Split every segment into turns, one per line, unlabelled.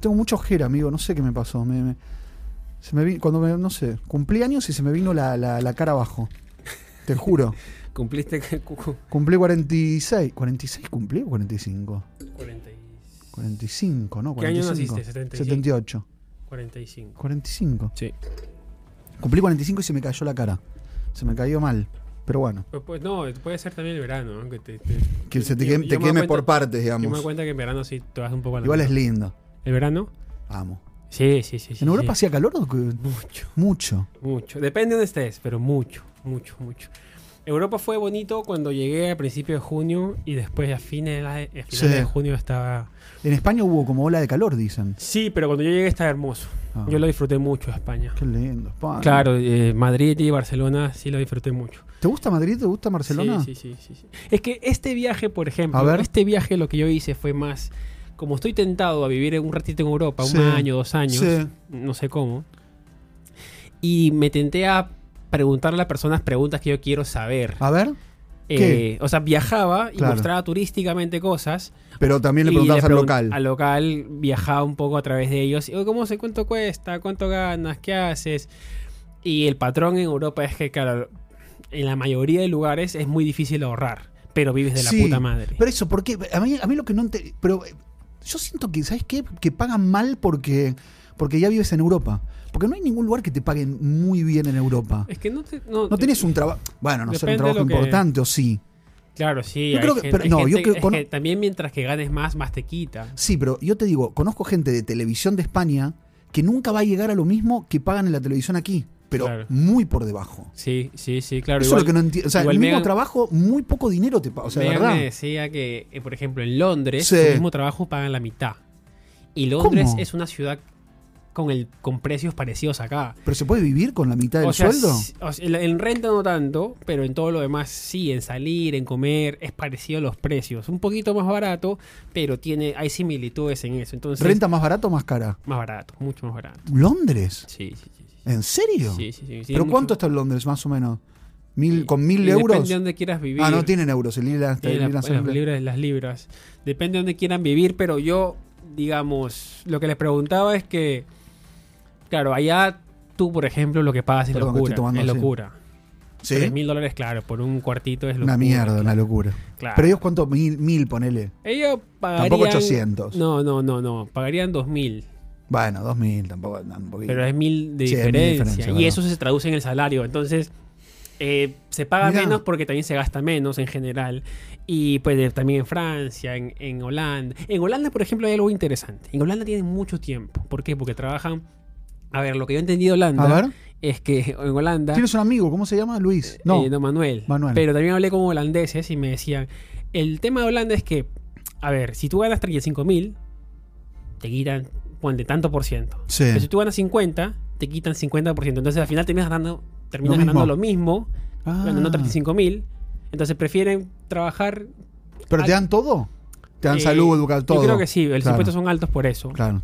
tengo mucha ojera, amigo. No sé qué me pasó. Me, me- se me vi- cuando me, no sé, cumplí años y se me vino la, la- la cara abajo. Te juro.
Cumpliste que- cu- cu-
Cumplí 46. ¿46 cumplí o 45?
40 y
45, ¿no?
¿Qué año
45.
naciste? 75.
78.
45.
45.
Sí.
Cumplí 45 y se me cayó la cara. Se me cayó mal. Pero bueno,
Pues, pues, no, puede ser también el verano, ¿no? Que te, te-
que se te,
Yo-
quem-
yo
te
me
queme
doy
por
cuenta-
partes,
Yo me
digamos.
doy cuenta que en verano sí te vas un poco a la
Igual es
mierda.
lindo.
¿El verano?
Amo.
Sí, sí, sí. sí,
¿En Europa
sí.
hacía calor o qué?
Mucho,
Mucho.
mucho. Depende de dónde estés, pero mucho, mucho, mucho. Europa fue bonito cuando llegué a principios de junio y después a fines de, a finales
Sí.
de junio estaba...
En España hubo como ola de calor, dicen.
Sí, pero cuando yo llegué estaba hermoso.
Ah,
Yo lo disfruté mucho España.
Qué lindo. España.
Claro, eh, Madrid y Barcelona sí lo disfruté mucho.
¿Te gusta Madrid? ¿Te gusta Barcelona?
Sí, sí, sí, sí, sí. Es que este viaje, por ejemplo,
A ver.
este viaje lo que yo hice fue más. Como estoy tentado a vivir un ratito en Europa,
Sí.
un año, dos años,
Sí.
no sé cómo. Y me tenté a preguntarle a las personas preguntas que yo quiero saber.
A ver, Ah, ¿qué?
Eh, o sea, viajaba y
Claro.
mostraba turísticamente cosas.
pero también le
y
preguntabas al
pregun-
local.
Al local viajaba un poco a través de ellos. "Oye, ¿Cómo se cuánto cuesta? ¿Cuánto ganas? ¿Qué haces? Y el patrón en Europa es que, claro, en la mayoría de lugares es muy difícil ahorrar, pero vives de la
Sí,
puta madre.
Pero eso, porque a mí, a mí lo que no ente- pero eh, yo siento que ¿sabes qué? Que pagan mal porque porque ya vives en Europa, porque no hay ningún lugar que te paguen muy bien en Europa.
Es que no te. No,
No tenés un trabajo, bueno, no sé, un
Depende
trabajo
de lo que-
importante o sí.
Claro, sí.
Yo
hay
creo que-
gente-
pero
hay
no, yo
gente-
creo
es
con-
que también mientras que ganes más, más te quita.
Sí, pero yo te digo, conozco gente de televisión de España que nunca va a llegar a lo mismo que pagan en la televisión aquí, pero
Claro.
muy por debajo.
Sí, sí, sí, claro.
Eso
igual-
es lo que no entiendo. O sea, el
igual
mismo
Megan-
trabajo, muy poco dinero te paga. O sea, de
Megan
verdad.
me decía que, eh, por ejemplo, en Londres,
Sí.
el mismo trabajo pagan la mitad. Y Londres
¿Cómo?
es una ciudad con, el, con precios parecidos acá.
Pero se puede vivir con la mitad del
o sea,
sueldo.
s- o sea, en- en renta no tanto, pero en todo lo demás sí, en salir, en comer, es parecido a los precios. Un poquito más barato, pero tiene hay similitudes en eso. Entonces,
¿Renta más barato o más cara?
más barato, mucho más barato.
¿Londres?
Sí, sí, sí. sí.
¿En serio?
Sí, sí, sí, sí,
¿Pero
mucho-
cuánto está en Londres, más o menos? ¿Mil, ¿Con
y
mil
Depende
euros?
de dónde quieras vivir.
Ah, no tienen euros. El libra,
Tiene la- las libras, las libras. Depende de donde quieran vivir, pero yo, digamos, lo que les preguntaba es que, claro, allá tú, por ejemplo, lo que pagas es
Perdón,
locura.
estoy tomando,
es
sí.
locura.
¿Sí?
Tres mil dólares, claro, por un cuartito es locura.
Una mierda, una locura.
Claro.
Pero ellos cuánto, mil, mil ponele.
Ellos pagarían...
Tampoco 800.
No, no, no, no. Pagarían 2000.
Bueno, dos mil, tampoco. tampoco-
Pero es 1000 de
Sí, es mil de
diferencia.
diferencia,
y
¿verdad?
eso se traduce en el salario. Entonces, eh, se paga
Mirá.
menos porque también se gasta menos en general. Y pues de- también en Francia, en, en Holanda. En Holanda, por ejemplo, hay algo interesante. En Holanda tienen mucho tiempo. ¿Por qué? Porque trabajan. A ver, lo que yo entendí de
A
Holanda
ver,
es que en Holanda.
tienes un amigo, ¿cómo se llama? Luis. No.
Eh, no, Manuel.
Manuel.
Pero también hablé con holandeses y me decían, el tema de Holanda es que, a ver, si tú ganas 35 mil, te quitan, ponte tanto por ciento.
Sí.
Pero si tú ganas 50, te quitan 50 por ciento. Entonces al final terminas ganando, terminas
Lo mismo.
ganando lo mismo,
Ah,
ganando 35 mil. Entonces prefieren trabajar...
¿Pero te dan todo? ¿Te dan
eh,
salud, educación, todo?
Yo creo que sí, los
Claro.
impuestos son altos por eso.
Claro.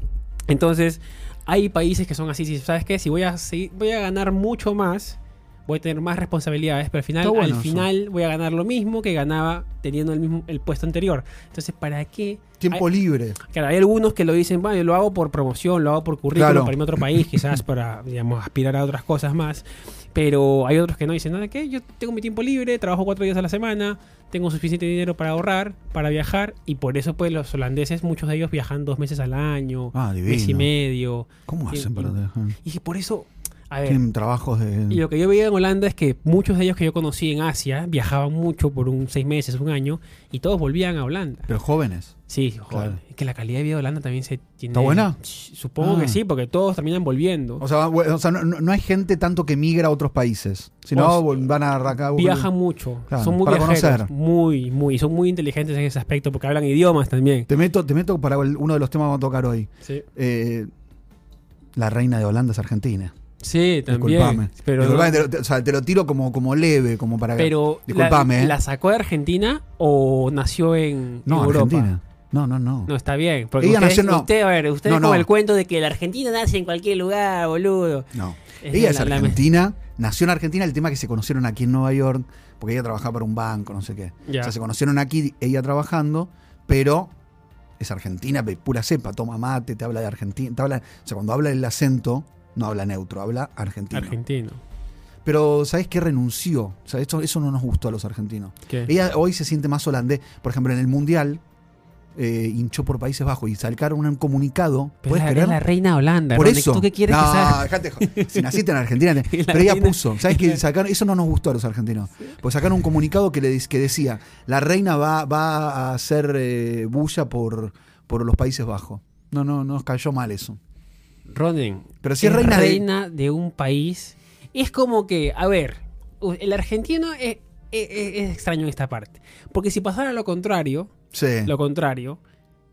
Entonces, hay países que son así. Si sabes qué, si voy a, seguir- voy a ganar mucho más, voy a tener más responsabilidades, pero al final,
Está bueno
al
eso.
final voy a ganar lo mismo que ganaba teniendo el mismo el puesto anterior. Entonces, ¿para qué?
Tiempo
hay,
libre.
claro, hay algunos que lo dicen, bueno, yo lo hago por promoción, lo hago por currículum
Claro.
para irme a otro país, quizás para, digamos, aspirar a otras cosas más. Pero hay otros que no dicen, nada, que yo tengo mi tiempo libre, trabajo cuatro días a la semana, tengo suficiente dinero para ahorrar, para viajar, y por eso, pues, los holandeses, muchos de ellos viajan dos meses al año,
Ah,
mes y
divino.
medio.
¿Cómo
Y-
hacen para
y-
dejar?
Y dije, por eso, a ver,
Tienen trabajos de.
Eh. y lo que yo veía en Holanda es que muchos de ellos que yo conocí en Asia viajaban mucho por un seis meses, un año, y todos volvían a Holanda.
Pero jóvenes.
Sí, joder,
Claro.
es que la calidad de vida de Holanda también se tiene...
¿Está buena?
Ch- Supongo
Ah.
que sí, porque todos terminan volviendo.
O sea, bueno, o sea, no, no- no hay gente tanto que migra a otros países. Si no,
O
vol- van a arrancar.
Viajan mucho,
Claro,
son muy
para
viajeros,
conocer.
muy, muy, y son muy inteligentes en ese aspecto porque hablan idiomas también.
Te meto, te meto para el- uno de los temas que vamos a tocar hoy.
Sí,
Eh, la reina de Holanda es argentina.
también.
Disculpame.
Pero,
Disculpame, te, lo- te- o sea, te lo tiro como, como leve, como para que.
pero
Disculpame,
la,
¿eh?
¿la sacó de Argentina o nació en
no,
en Europa?
Argentina. No, no, no.
No, está bien. Porque
Ella
ustedes,
nació- no.
usted, a ver, usted
No,
es como
no.
el cuento de que la Argentina nace en cualquier lugar, boludo.
No.
Es
ella es
la- la-
argentina, nació en Argentina, el tema es que se conocieron aquí en Nueva York, porque ella trabajaba para un banco, no sé qué.
Ya.
O sea, se conocieron aquí, ella trabajando, pero es argentina, pe- pura cepa, toma mate, te habla de Argentina, te habla, o sea, cuando habla el acento, no habla neutro, habla argentino.
Argentino.
Pero, ¿sabes qué? Renunció. O sea, esto- eso no nos gustó a los argentinos.
¿Qué?
Ella hoy se siente más holandés. Por ejemplo, en el Mundial eh, hinchó por Países Bajos y sacaron un comunicado.
Pero
¿Puedes
es la-
creer?
es la reina Holanda.
por
Ronnie,
eso.
¿Tú qué quieres
no,
que sea?
dejate de joder. Si naciste en Argentina. te-
Y la
pero ella
reina-
puso. ¿Sabes qué? Sacaron, eso no nos gustó a los argentinos. Pues sacaron un comunicado que, le, de- que decía: la reina va, va a hacer eh, bulla por, por los Países Bajos. No, no, nos cayó mal eso.
Ronen.
Pero si es reina de-
de un país. Es como que, a ver, u- el argentino es, es- es extraño en esta parte. Porque si pasara lo contrario,
Sí,
lo contrario,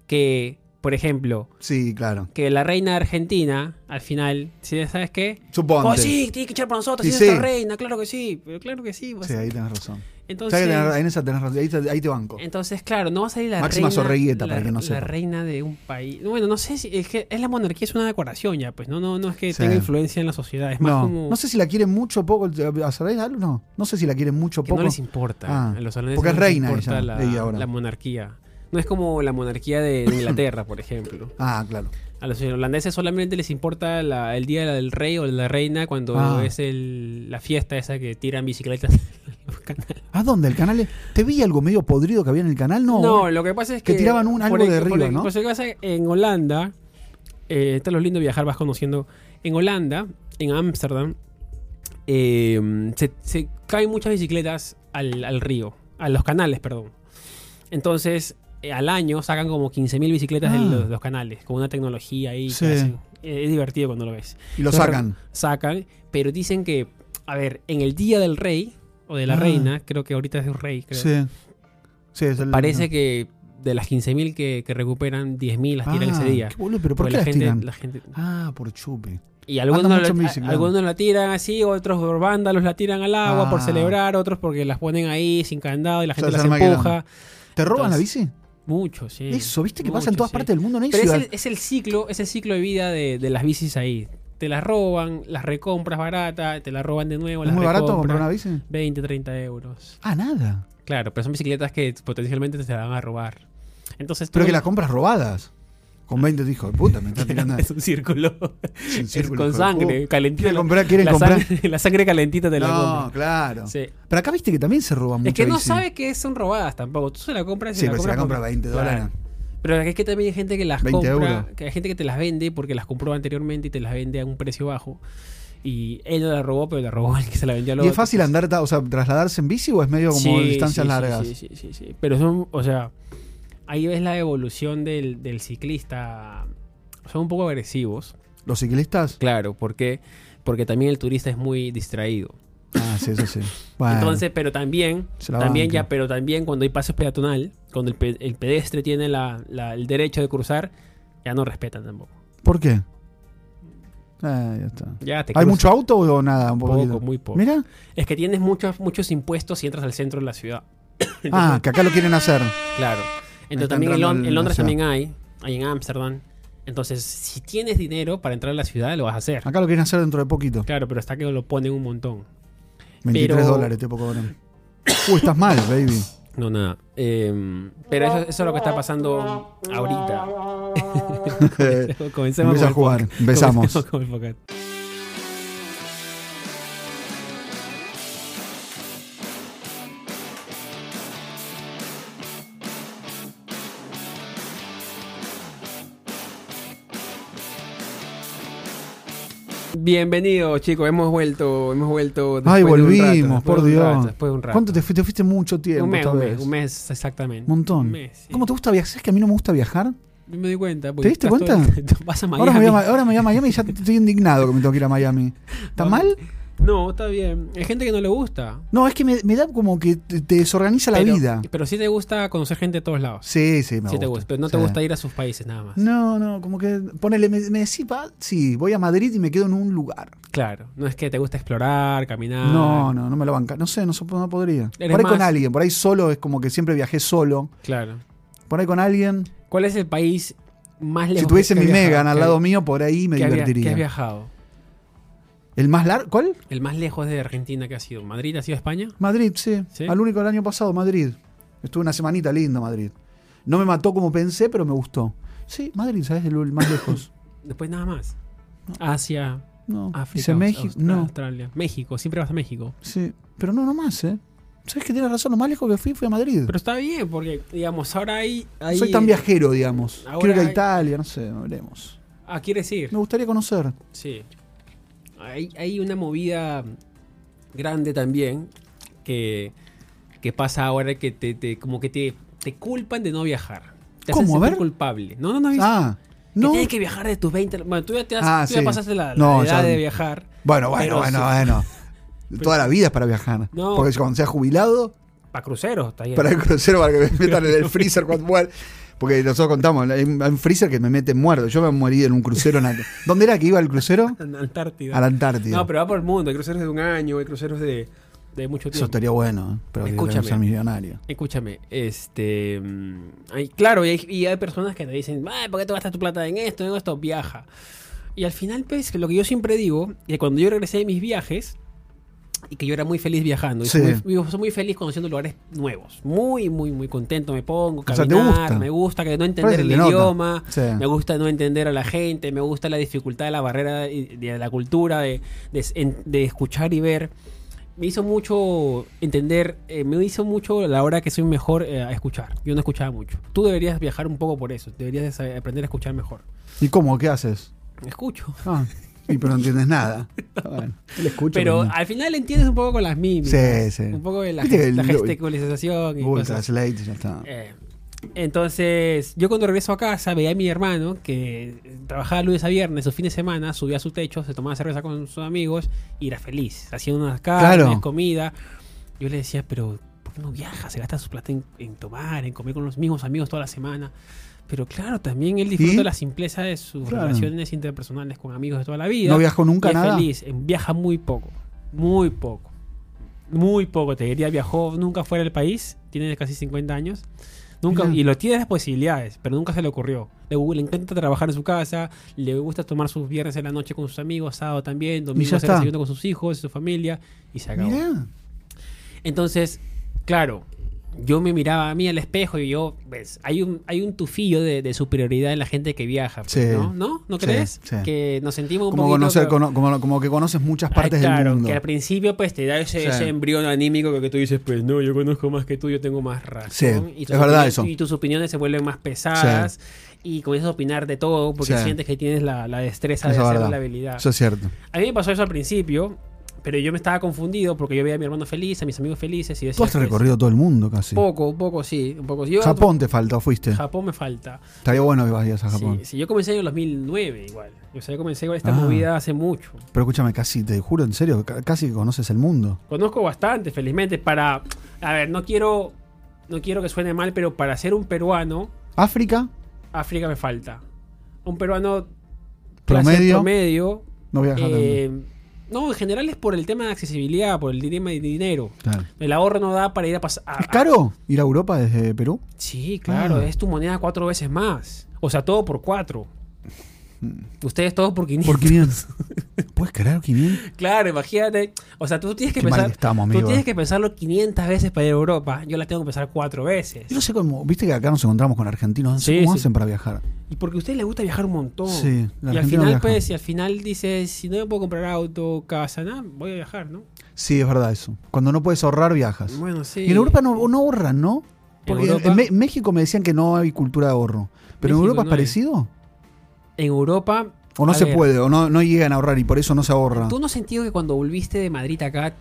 que, por ejemplo,
sí, claro.
que la reina argentina, al final, si ¿sabes qué?
Supongo.
Oh, sí, tiene que echar por nosotros,
Y
si es nuestra
sí.
reina, claro que sí, pero claro que sí. pues.
Sí, ahí tenés razón.
entonces,
¿Sabes que tenés- en esa tenés razón. Ahí te, ahí te banco.
entonces, claro, no va a salir la
Máxima
reina.
Zorreguieta,
la,
para que no
la
sepa.
reina de un país. Bueno, no sé si es que es la monarquía, es una decoración ya, pues no, no, no es que
Sí.
tenga influencia en la sociedad, es más
No,
como
no sé si la quieren mucho o poco. eh, ¿A Sarabia algo? No, no sé si la quieren mucho o
que no
poco.
les importa.
Ah,
a los holandeses
porque es
no les
reina
importa
ella,
la,
ella ahora.
la monarquía. No es como la monarquía de Inglaterra, por ejemplo.
Ah, claro.
A los holandeses solamente les importa la- el día del rey o de la reina cuando
Ah.
es el- la fiesta esa que tiran bicicletas.
¿A dónde? ¿El canal? ¿Te vi algo medio podrido que había en el canal? No.
no, lo que pasa es
que
que.
tiraban un- algo
por
de
por
arriba, ¿no?
por lo que pasa es que en Holanda, eh, está lo lindo viajar, vas conociendo. En Holanda, en Ámsterdam, eh, se, se caen muchas bicicletas al, al río, a los canales, perdón. Entonces, eh, al año sacan como 15.000 bicicletas de
Ah.
los, los canales, con una tecnología ahí. que
Sí.
hacen. Eh, es divertido cuando lo ves.
y lo
Entonces,
sacan.
Sacan, pero dicen que, a ver, en el día del rey o de la
Ah.
reina, creo que ahorita es un rey, creo.
Sí. Sí, es el-
Parece que de las 15.000 que, que recuperan, 10.000 las
Ah,
tiran ese día.
qué boludo, pero ¿por
Porque
qué
la
las
gente,
tiran?
la gente-
Ah, por chupe.
y algunos,
mucho
la-
en bici,
a-
claro.
algunos la tiran así, otros por vándalos la tiran al agua por
Ah.
celebrar, otros porque las ponen ahí sin candado y la
O sea,
gente
se
las
arma quilombo.
empuja.
¿Te roban
Entonces,
la bici?
Mucho, sí.
Eso, viste que pasa en
Mucho,
todas
sí.
partes del mundo, no hay
Pero es
ciudad.
el, es el ciclo, es el ciclo de vida de, de las bicis ahí. Te las roban, las recompras barata, te las roban de nuevo,
¿Es
las
muy barato
recompras.
comprar una bici?
20, 30 euros.
Ah, nada.
Claro, pero son bicicletas que potencialmente te la van a robar. Entonces, tú-
Pero que las compras robadas. Con 20 te dijo, puta, me está tirando
es un círculo.
sin
Es
círculo,
con
hijo de
sangre,
puta.
calentita.
¿Quieren comprar? ¿Quieren
la,
comprar?
Sangre, la sangre calentita de la
No,
compra.
claro.
Sí.
Pero acá viste que también se roban mucho.
Es que no
bici.
sabe que son robadas tampoco. Tú se la compras y
Sí,
la
pero se la
compras
compra
porque-
20
Claro.
dólares.
Pero es que también hay gente que las
20
compra,
euros.
que hay gente que te las vende porque las compró anteriormente y te las vende a un precio bajo. Y él no la robó, pero la robó el que se la vendió al
¿Y
otro.
es fácil andar, ta- o sea, trasladarse en bici o es medio como
Sí,
distancias
sí, sí,
largas?
Sí, sí, sí, sí. Pero son, o sea, ahí ves la evolución del, del ciclista. Son un poco agresivos.
¿Los ciclistas?
Claro, porque porque también el turista es muy distraído.
Ah, sí, eso sí. Bueno,
Entonces, pero también,
Se la
también
banca.
ya, pero también cuando hay pasos peatonal, cuando el, pe- el pedestre tiene la- la- el derecho de cruzar, ya no respetan tampoco.
¿por qué? Ah, ya está.
Ya te
¿Hay
cruzan.
mucho auto o nada? Un
poco,
poquito.
muy poco.
Mira,
Es que tienes muchos muchos impuestos si entras al centro de la ciudad.
ah, que acá lo quieren hacer.
Claro.
Ahí
Entonces
está
también en,
entrando
Lon-
el-
en Londres
la ciudad.
también hay, hay en Ámsterdam. Entonces, si tienes dinero para entrar a la ciudad, lo vas a hacer.
Acá lo quieren hacer dentro de poquito.
Claro, pero hasta que lo ponen un montón.
23
Pero-
dólares te poco ahora. Uh, estás mal, baby.
No, nada. Em, pero eso, eso es lo que está pasando ahorita. Comencemos
Empieza a
con el
jugar.
podcast.
Empezamos.
Comencemos con el podcast. Bienvenidos chicos, hemos vuelto, hemos vuelto.
Ay,
después de un rato,
volvimos,
después
por
de un
Dios.
rato, después de un rato.
¿Cuánto te fuiste? Te fuiste mucho tiempo.
Un mes,
esta
un
vez.
mes, un mes exactamente.
Montón.
Un mes, sí.
¿Cómo te gusta viajar? ¿Sabes que a mí no me gusta viajar?
Yo Me di cuenta.
¿Te diste
Vas a
Ahora me, voy a,
Miami.
Ma- ahora me voy a Miami y ya estoy indignado que me tengo que ir a Miami. ¿Está
Vamos.
mal?
No, está bien. Hay gente que no le gusta.
No, es que me, me da como que te te desorganiza la
pero,
vida.
Pero sí te gusta conocer gente de todos lados.
Sí, sí, me
sí te gusta. Pero no
Sí.
te
Mm.
gusta ir a sus países nada más.
No, no, como que. Ponele, me, me decís, va, sí, voy a Madrid y me quedo en un lugar.
Claro. No es que te gusta explorar, caminar.
No, no, no me lo banca. No sé, no, so- no podría.
Ah. Eres
por ahí con
más-
alguien, por ahí solo es como que siempre viajé solo.
Claro.
Por ahí con alguien.
¿Cuál es el país más lejos
Si tuviese
que- que
mi
has viajado?
Megan al
Que-
lado mío, por ahí me
que has via- que
divertiría.
has viajado?
¿El más largo? ¿Cuál?
El más lejos de Argentina que ha sido. ¿Madrid ha sido España?
Madrid, sí.
¿Sí?
Al único del año pasado, Madrid. Estuve una semanita linda, Madrid. No me mató como pensé, pero me gustó. Sí, Madrid, ¿sabes? El el más lejos.
Después nada más. Asia,
No.
África,
Dice México.
Austra-
No.
Australia. México, siempre vas a México.
Sí. Pero no, nomás, ¿eh? ¿Sabes que tienes razón? Lo más lejos que fui fue a Madrid.
Pero está bien, porque, digamos, ahora hay.
No
hay
Soy tan viajero, digamos.
Ahora
Quiero ir a
hay-
Italia, no sé, veremos.
Ah, quieres ir.
Me gustaría conocer.
Sí.
Hay, hay una movida grande también que, que pasa ahora que te, te- como que te, te culpan de no viajar. Te
¿Cómo? A
sentir
ver.
culpable. No, no, no. ¿viste?
Ah,
Que
no.
tienes que viajar de tus 20. Bueno, tú ya, te has-
Ah,
tú ya
sí.
pasaste la, la
No,
edad
ya-
de viajar.
Bueno, bueno,
Pero
bueno,
sí.
bueno. Toda la vida es para viajar.
No.
Porque cuando seas jubilado,
Para cruceros, está bien.
para el crucero, para que me metan en el freezer cuando muera. Porque nosotros contamos, hay un hay un freezer que me mete muerto. Yo me morí en un crucero. en la- ¿Dónde era que iba el crucero?
En Antártida.
A la Antártida.
No, pero va por el mundo. Hay cruceros de un año, hay cruceros de, de mucho
Eso
tiempo.
estaría bueno, ¿eh? pero habría que
Escúchame.
ser millonario.
Escúchame, este. mm, Hay, claro, y hay, y hay personas que te dicen, "Ay, ¿por qué te gastas tu plata en esto, en esto? Viaja. Y al final, pues, lo que yo siempre digo, que cuando yo regresé de mis viajes, y que yo era muy feliz viajando, y
Sí.
soy, muy, yo soy muy feliz conociendo lugares nuevos. Muy, muy, muy contento me pongo,
sea, ¿te
caminar,
gusta?
me gusta que no entender
Parece
el
que nota.
idioma,
Sí.
me gusta no entender a la gente, me gusta la dificultad de la barrera y- de la cultura, de- de- en- de escuchar y ver me hizo mucho entender, eh, me hizo mucho la hora que soy mejor eh, a escuchar. Yo no escuchaba mucho. Tú deberías viajar un poco por eso, deberías de saber- aprender a escuchar mejor.
¿Y cómo? ¿Qué haces?
Escucho.
Ah, y pero no entiendes nada. Bueno, él escucha,
Pero
no.
al final entiendes un poco con las mímicas.
Sí, sí.
Un poco de la,
Viste que
gest- la
lo-
gesticularización y
Google
cosas.
Translate, ya está.
Eh, entonces, yo cuando regreso a casa veía a mi hermano que trabajaba lunes a viernes, sus fines de semana, subía a su techo, se tomaba cerveza con sus amigos y era feliz. Hacía unas carnes,
Claro.
comida. Yo le decía, pero ¿por qué no viaja? Se gasta su plata en, en tomar, en comer con los mismos amigos toda la semana. Pero claro, también él disfruta
¿Y?
de la simpleza de sus
Claro.
relaciones interpersonales con amigos de toda la vida.
¿No viajó nunca
Y es
nada?
feliz, eh, viaja muy poco, muy poco. Muy poco, te diría, viajó nunca fuera del país, tiene casi 50 años. Nunca,
Mira.
y lo tiene las posibilidades, pero nunca se le ocurrió. Le, gu- le encanta trabajar en su casa, le gusta tomar sus viernes en la noche con sus amigos, sábado también, domingo hacer
está.
desayuno con sus hijos, su familia, y se acabó.
Mirá.
Entonces, claro, yo me miraba a mí al espejo y yo, ves, hay un, hay un tufillo de, de superioridad en la gente que viaja, pues,
Sí.
¿no? ¿No? ¿No
Sí,
crees?
sí.
Que nos sentimos un
Como,
poquito...
conocer,
pero-
cono- como, como que conoces muchas
Ay,
partes
claro,
del mundo.
que al principio pues te da ese,
Sí.
ese embrión anímico que tú dices, pues no, yo conozco más que tú, yo tengo más razón.
Sí,
y tus
es verdad
opini-
eso.
Y tus opiniones se vuelven más pesadas y comienzas a opinar de todo porque
Sí.
sientes que tienes la, la destreza
Eso
de
es
hacer
verdad.
la habilidad.
Eso es cierto.
A mí me pasó eso al principio, pero yo me estaba confundido porque yo veía a mi hermano feliz, a mis amigos felices y decía,
Tú has
pues,
recorrido todo el mundo casi.
Poco, un poco sí, un poco sí. Yo-
Japón te faltó, fuiste.
Japón me falta.
Estaría bueno que vayas a
Sí,
Japón.
sí, yo comencé en el 2009 igual. O sea, yo comencé con
Ah.
esta movida hace mucho.
Pero escúchame, casi, te juro, en serio, ca- casi que conoces el mundo.
Conozco bastante, felizmente, para... A ver, no quiero, no quiero que suene mal, pero para ser un peruano,
África,
África me falta. Un peruano clase
promedio,
promedio
no viajas
eh, no, en general es por el tema de accesibilidad, por el tema de dinero.
tanto. Claro.
El ahorro no da para ir a pasar...
¿Es caro ir a Europa desde Perú?
Sí, claro,
Ah.
es tu moneda cuatro veces más. O sea, todo por cuatro.
Mm.
Ustedes todos por 500.
Por 500. ¿Puedes creer 500?
Claro, imagínate. O sea, tú tienes que
Qué mal
pensar.
que estamos,
tú
amigo.
tienes que pensarlo 500 veces para ir a Europa. Yo la tengo que pensar cuatro veces.
Yo no sé cómo, viste que acá nos encontramos con argentinos, no sé
Sí,
cómo
sí.
hacen para viajar.
Y porque a ustedes les gusta viajar un montón.
Sí, la
y al
Argentina
final,
viaja.
pues, y al final dices, si no me puedo comprar auto, casa, nada, voy a viajar, ¿no?
Sí, es verdad eso. Cuando no puedes ahorrar, viajas.
Bueno, sí.
Y en Europa no, no ahorran, ¿no? Porque en,
Europa-
Me- México me decían que no hay cultura de ahorro. ¿Pero en
México
Europa es
no hay.
parecido?
En Europa.
¿O no
a
se
ver,
puede? ¿O no, no llegan a ahorrar y por eso no se ahorra?
¿Tú no has sentido que cuando volviste de Madrid acá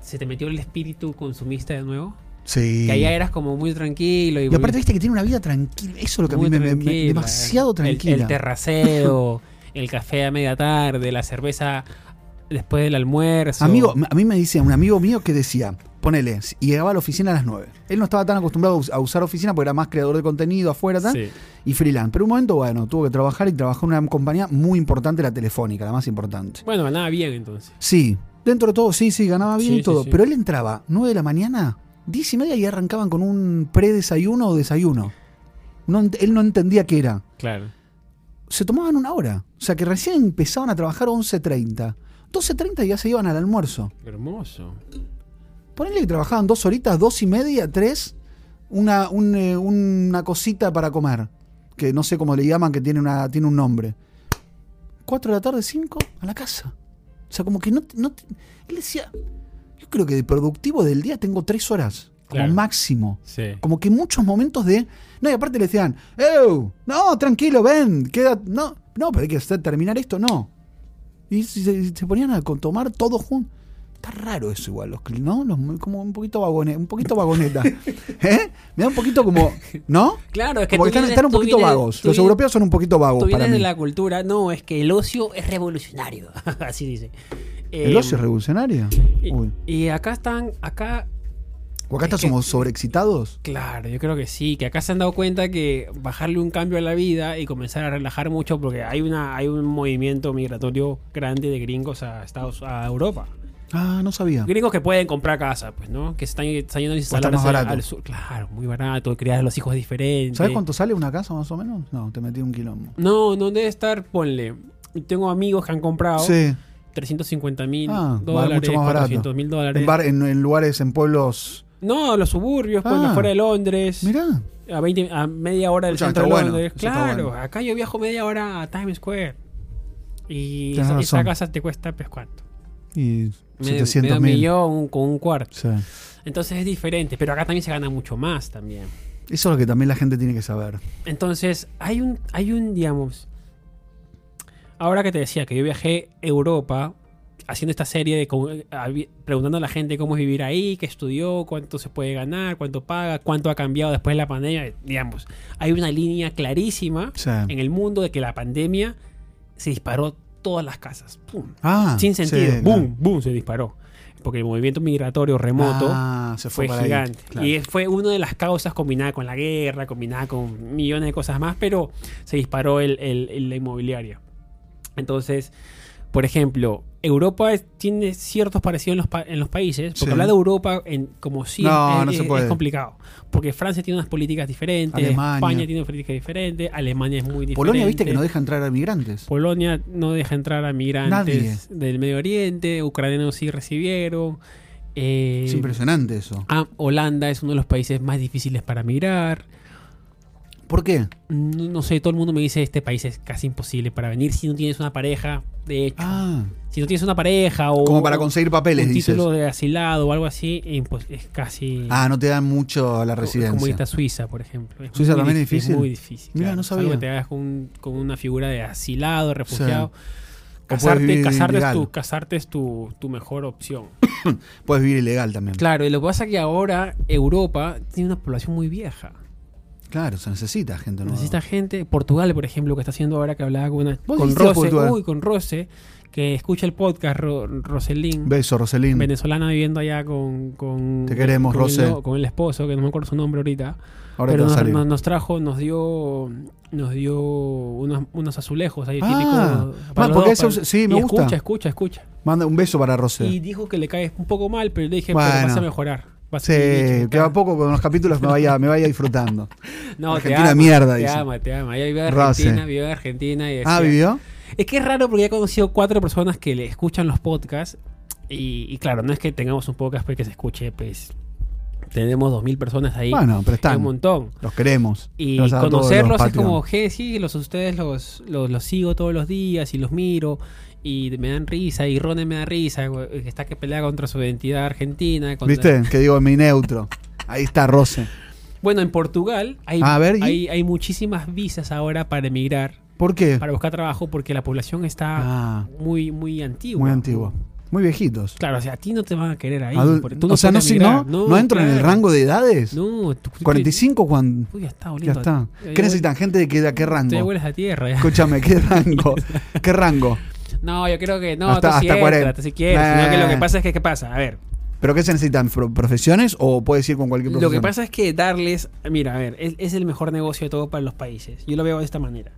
se te metió el espíritu consumista de nuevo?
Sí.
Que allá eras como muy tranquilo. Y,
Y aparte viste que tiene una vida tranquila. Eso es lo que a mí
Muy
me, me- me-
tranquila, eh.
demasiado
el- el-
tranquila.
El, terraceo, el café a media tarde, la cerveza después del almuerzo.
amigo, a mí me decía un amigo mío que decía, ponele, y llegaba a la oficina a las 9. Él no estaba tan acostumbrado a us- a usar oficina porque era más creador de contenido afuera tal,
Sí.
y freelance. Pero un momento, bueno, tuvo que trabajar y trabajó en una compañía muy importante, la telefónica, la más importante.
Bueno, nada bien entonces.
Sí, dentro de todo, sí, sí, ganaba bien
Sí,
y todo.
sí, sí.
Pero él entraba 9 de la mañana, 10 y media y arrancaban con un pre-desayuno o desayuno. No ent- él no entendía qué era.
Claro.
Se tomaban una hora. O sea que recién empezaban a trabajar 11.30. 12.30 ya se iban al almuerzo.
Hermoso.
Ponele que trabajaban dos horitas, dos y media, tres. una, un, eh, una cosita para comer, que no sé cómo le llaman, que tiene, una, tiene un nombre. 4 de la tarde, 5, a la casa. O sea, como que no, te- no te- Él decía, yo creo que de productivo del día tengo 3 horas, como
Claro.
máximo.
Sí.
Como que muchos momentos de. No, y aparte le decían, ¡Ew! No, tranquilo, ven, queda. No, no, pero hay que hacer- terminar esto, no. Y se, se ponían a co- tomar todo juntos. Está raro eso igual, los, cli- ¿no? Los- como un poquito vagone- un poquito vagoneta. ¿Eh? Me da un poquito como. ¿No?
Claro, es que
Como que
tú
están,
vienes-
están un
tú
poquito
vienes-
vagos.
tú
Los
vienes-
europeos son un poquito vagos
Tú
para
vienes
mí.
de la cultura, no, es que el ocio es revolucionario. Así dice.
¿El
Eh,
ocio es revolucionario?
y-
Uy.
y acá están, acá
¿O acá
es que-
estamos sobreexcitados?
Claro, yo creo que sí, que acá se han dado cuenta que bajarle un cambio a la vida y comenzar a relajar mucho porque hay una hay un movimiento migratorio grande de gringos a Estados a Europa.
Ah, no sabía.
Gringos que pueden comprar casa, pues, ¿no? Que se están, están yendo a
está
instalarse
más barato.
al sur. Claro, muy barato, criar a los hijos diferentes.
¿Sabes cuánto sale una casa más o menos? No, te metí un quilombo.
No, no debe estar, ponle. Tengo amigos que han comprado
Sí.
350 mil
Ah, vale,
dólares,
mucho más barato.
400 mil
En,
dólares.
bar- en- en lugares, en pueblos.
No, los suburbios, pues,
Ah.
fuera de Londres.
Mirá.
a, 20, a media hora del
Escucha,
centro de
está bueno,
Londres.
eso está
Claro,
bueno.
acá yo viajo media hora a Times Square. Y
Tienes
esa, esa
razón.
casa te cuesta, pues, ¿cuánto?
Y
Medio-
700
medio
mil.
millón con un cuarto.
Sí.
Entonces es diferente, pero acá también se gana mucho más también.
Eso es lo que también la gente tiene que saber.
Entonces hay un, hay un, digamos... Ahora que te decía que yo viajé a Europa haciendo esta serie de cómo- habi- preguntando a la gente cómo es vivir ahí, qué estudió, cuánto se puede ganar, cuánto paga, cuánto ha cambiado después de la pandemia, digamos, hay una línea clarísima
Sí.
en el mundo de que la pandemia se disparó todas las casas. ¡Pum!
Ah,
Sin
sí, claro.
sentido. ¡Boom! ¡Boom! Se disparó. Porque el movimiento migratorio remoto
Ah, se fue,
fue
para ahí.
gigante.
Claro.
Y fue una de las causas combinada con la guerra, combinada con millones de cosas más, pero se disparó el, el- el- la inmobiliaria. Entonces, por ejemplo, Europa es- tiene ciertos parecidos en los, pa- en los países, porque
Sí.
hablar de Europa en, como si
No,
es,
no
es-
se
es
puede.
complicado. Porque Francia tiene unas políticas diferentes,
Alemania.
España tiene políticas diferentes, Alemania es muy diferente.
Polonia, viste que no deja entrar a migrantes.
Polonia no deja entrar a migrantes del Medio Oriente, ucranianos sí recibieron. eh,
Es impresionante eso.
ah, Holanda es uno de los países más difíciles para migrar.
¿Por qué?
No, no sé, todo el mundo me dice este país es casi imposible para venir si no tienes una pareja. De hecho,
Ah,
si no tienes una pareja o
como para conseguir papeles,
un
dices.
título de asilado o algo así, impos- es casi
Ah, no te dan mucho a la residencia.
como está Suiza, por ejemplo.
¿Suiza
muy
también es
dif-
difícil?
muy difícil.
Mira, no
Salvo que
sabía.
te hagas con, un- con una figura de asilado, refugiado.
O puedes
Casarte,
vivir
casarte es,
ilegal.
tu, casarte es tu, tu mejor opción.
Puedes vivir ilegal también. Claro,
Claro, y lo que pasa es que ahora Europa tiene una población muy vieja.
se necesita gente nueva.
Necesita gente. Portugal, por ejemplo, que está haciendo ahora que hablaba con, una-
¿Vos
con
hiciste
Rose.
Portugal?
Uy, con Rose, que escucha el podcast, Ro- Roselín.
Beso, Roselín.
Venezolana viviendo allá con. con-
Te queremos,
con el
Rosé.
no- con el esposo, que no me acuerdo su nombre ahorita.
Ahora te
pero
va a
nos,
salir.
nos- nos trajo, nos dio, nos dio unos, unos azulejos ahí
Ah,
típicos.
man,
los
porque
dos,
eso- sí, me
y
gusta.
Escucha, escucha, escucha.
Manda un beso para Rosé.
Y dijo que le caes un poco mal, pero le dije,
Bueno.
pero vas a mejorar. Vas
Sí,
a ir
que a poco con los capítulos me vaya, me vaya disfrutando.
No,
Argentina
te ama,
mierda,
te
dice.
ama, te ama. Ella vivió en
Rose.
Argentina, vivió en Argentina. Y
Ah,
decía-
¿vivió?
Es que es raro porque he conocido cuatro personas que le escuchan los podcasts. Y, y claro, no es que tengamos un podcast pues, que se escuche, pues. Tenemos dos mil personas ahí.
Bueno, pero
es
están.
un montón.
Los queremos.
Y
Gracias a todos los
conocerlos es
Patreon.
como, "Je, sí, los, ustedes los, los, los sigo todos los días y los miro y me dan risa. Y Ronen me da risa, güey, que está que pelea contra su identidad argentina. contra-
¿Viste? Que digo mi neutro. Ahí está Rose.
Bueno, en Portugal hay,
A ver, ¿y?
hay, hay muchísimas visas ahora para emigrar,
¿Por qué?
para buscar trabajo, porque la población está
Ah,
muy, muy antigua.
muy antiguo. Muy viejitos.
Claro, o sea, a ti no te van a querer ahí.
Adul-
porque tú
o sea, no,
puedes
si no,
emigrar.
no, entro en el
claro.
rango de edades.
No, tú- tú-
45 cuando.
Uy, ya está,
Ya
boludo.
está. ¿Qué necesitan? ¿Gente de qué, de qué
Te
rango?
vuelves a tierra. ya.
Escúchame, ¿qué rango? ¿Qué rango?
No, yo creo que no,
Hasta-
tú sí
hasta
entras,
40.
tú sí quieres. sino que lo
Eh.
que pasa es que, ¿qué pasa? A ver,
¿Pero qué se necesitan? ¿Pro- ¿Profesiones o puedes ir con cualquier
lo
profesión?
que pasa es que darles, mira, a ver, es, es el mejor negocio de todo para los países. Yo lo veo de esta manera.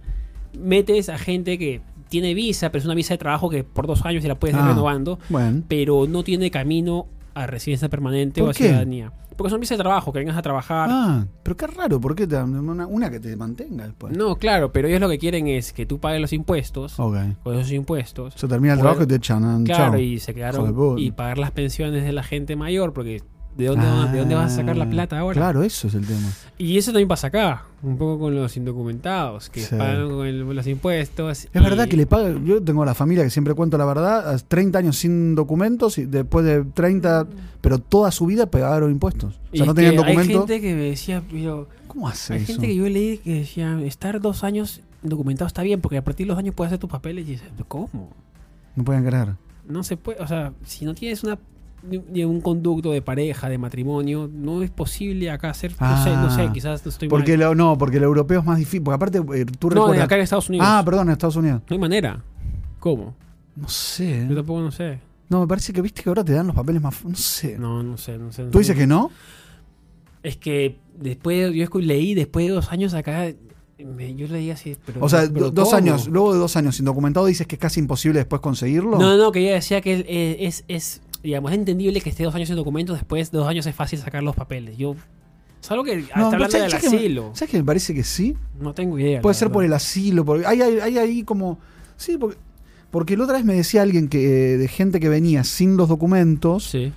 Metes a gente que tiene visa, pero es una visa de trabajo que por dos años se la puedes estar
Ah.
renovando,
Bueno,
pero no tiene camino a residencia permanente
¿Por
o a
qué?
ciudadanía. Porque son visas de trabajo, que vengas a trabajar.
ah, pero qué raro, ¿por qué te dan una, una que te mantenga después?
No, claro, pero ellos lo que quieren es que tú pagues los impuestos,
Ok.
con esos impuestos,
Se termina el
Bueno,
trabajo y te echan. ah,
Claro,
chao.
y se
Joder,
quedaron
vos.
y pagar las pensiones de la gente mayor, porque ¿De dónde, va-
Ah,
¿De dónde vas a sacar la plata ahora?
Claro, eso es el tema.
Y eso también pasa acá, un poco con los indocumentados, que
Sí.
pagan con el- los impuestos.
Es verdad que le pagan. Yo tengo la familia que siempre cuento la verdad, a 30 años sin documentos y después de 30, pero toda su vida pagaron impuestos. O sea, no tenían
Hay
documentos.
gente que me decía, pero
¿Cómo hace
hay
eso?
gente que yo leí que decía, estar dos años documentado está bien, porque a partir de los años puedes hacer tus papeles. Y dices, ¿cómo?
No pueden creer.
No se puede, o sea, si no tienes una ni- ni un conducto de pareja, de matrimonio, no es posible acá hacer, no sé, no
Ah,
sé, quizás no estoy
Porque
mal.
lo- no, porque el europeo es más difícil. Porque aparte, eh, tú
No, de
recuerdas.
acá en Estados Unidos.
ah, perdón, en Estados Unidos.
No hay manera. ¿Cómo?
No sé. ¿eh?
Yo tampoco no sé.
No, me parece que viste que ahora te dan los papeles más. No sé.
No, no sé, no sé. no
¿Tú
sé.
dices que no?
Es que después, yo escu- leí después de dos años acá, me- yo leí así, pero...
O sea, do-
pero
dos
¿cómo?
años, luego de dos años indocumentado, dices que es casi imposible después conseguirlo.
No, no, que ella decía que eh, es, es, digamos, es entendible que esté dos años en documentos, después de dos años es fácil sacar los papeles. Yo... Salvo que Ah, está
No, pero
hablando del
¿sabes- ¿sabes que me-
asilo.
¿Sabes que me parece que sí?
No tengo idea.
Puede ser por el asilo, porque hay, hay, hay ahí como. Sí, porque, porque la otra vez me decía alguien que eh, de gente que venía sin los documentos
Sí.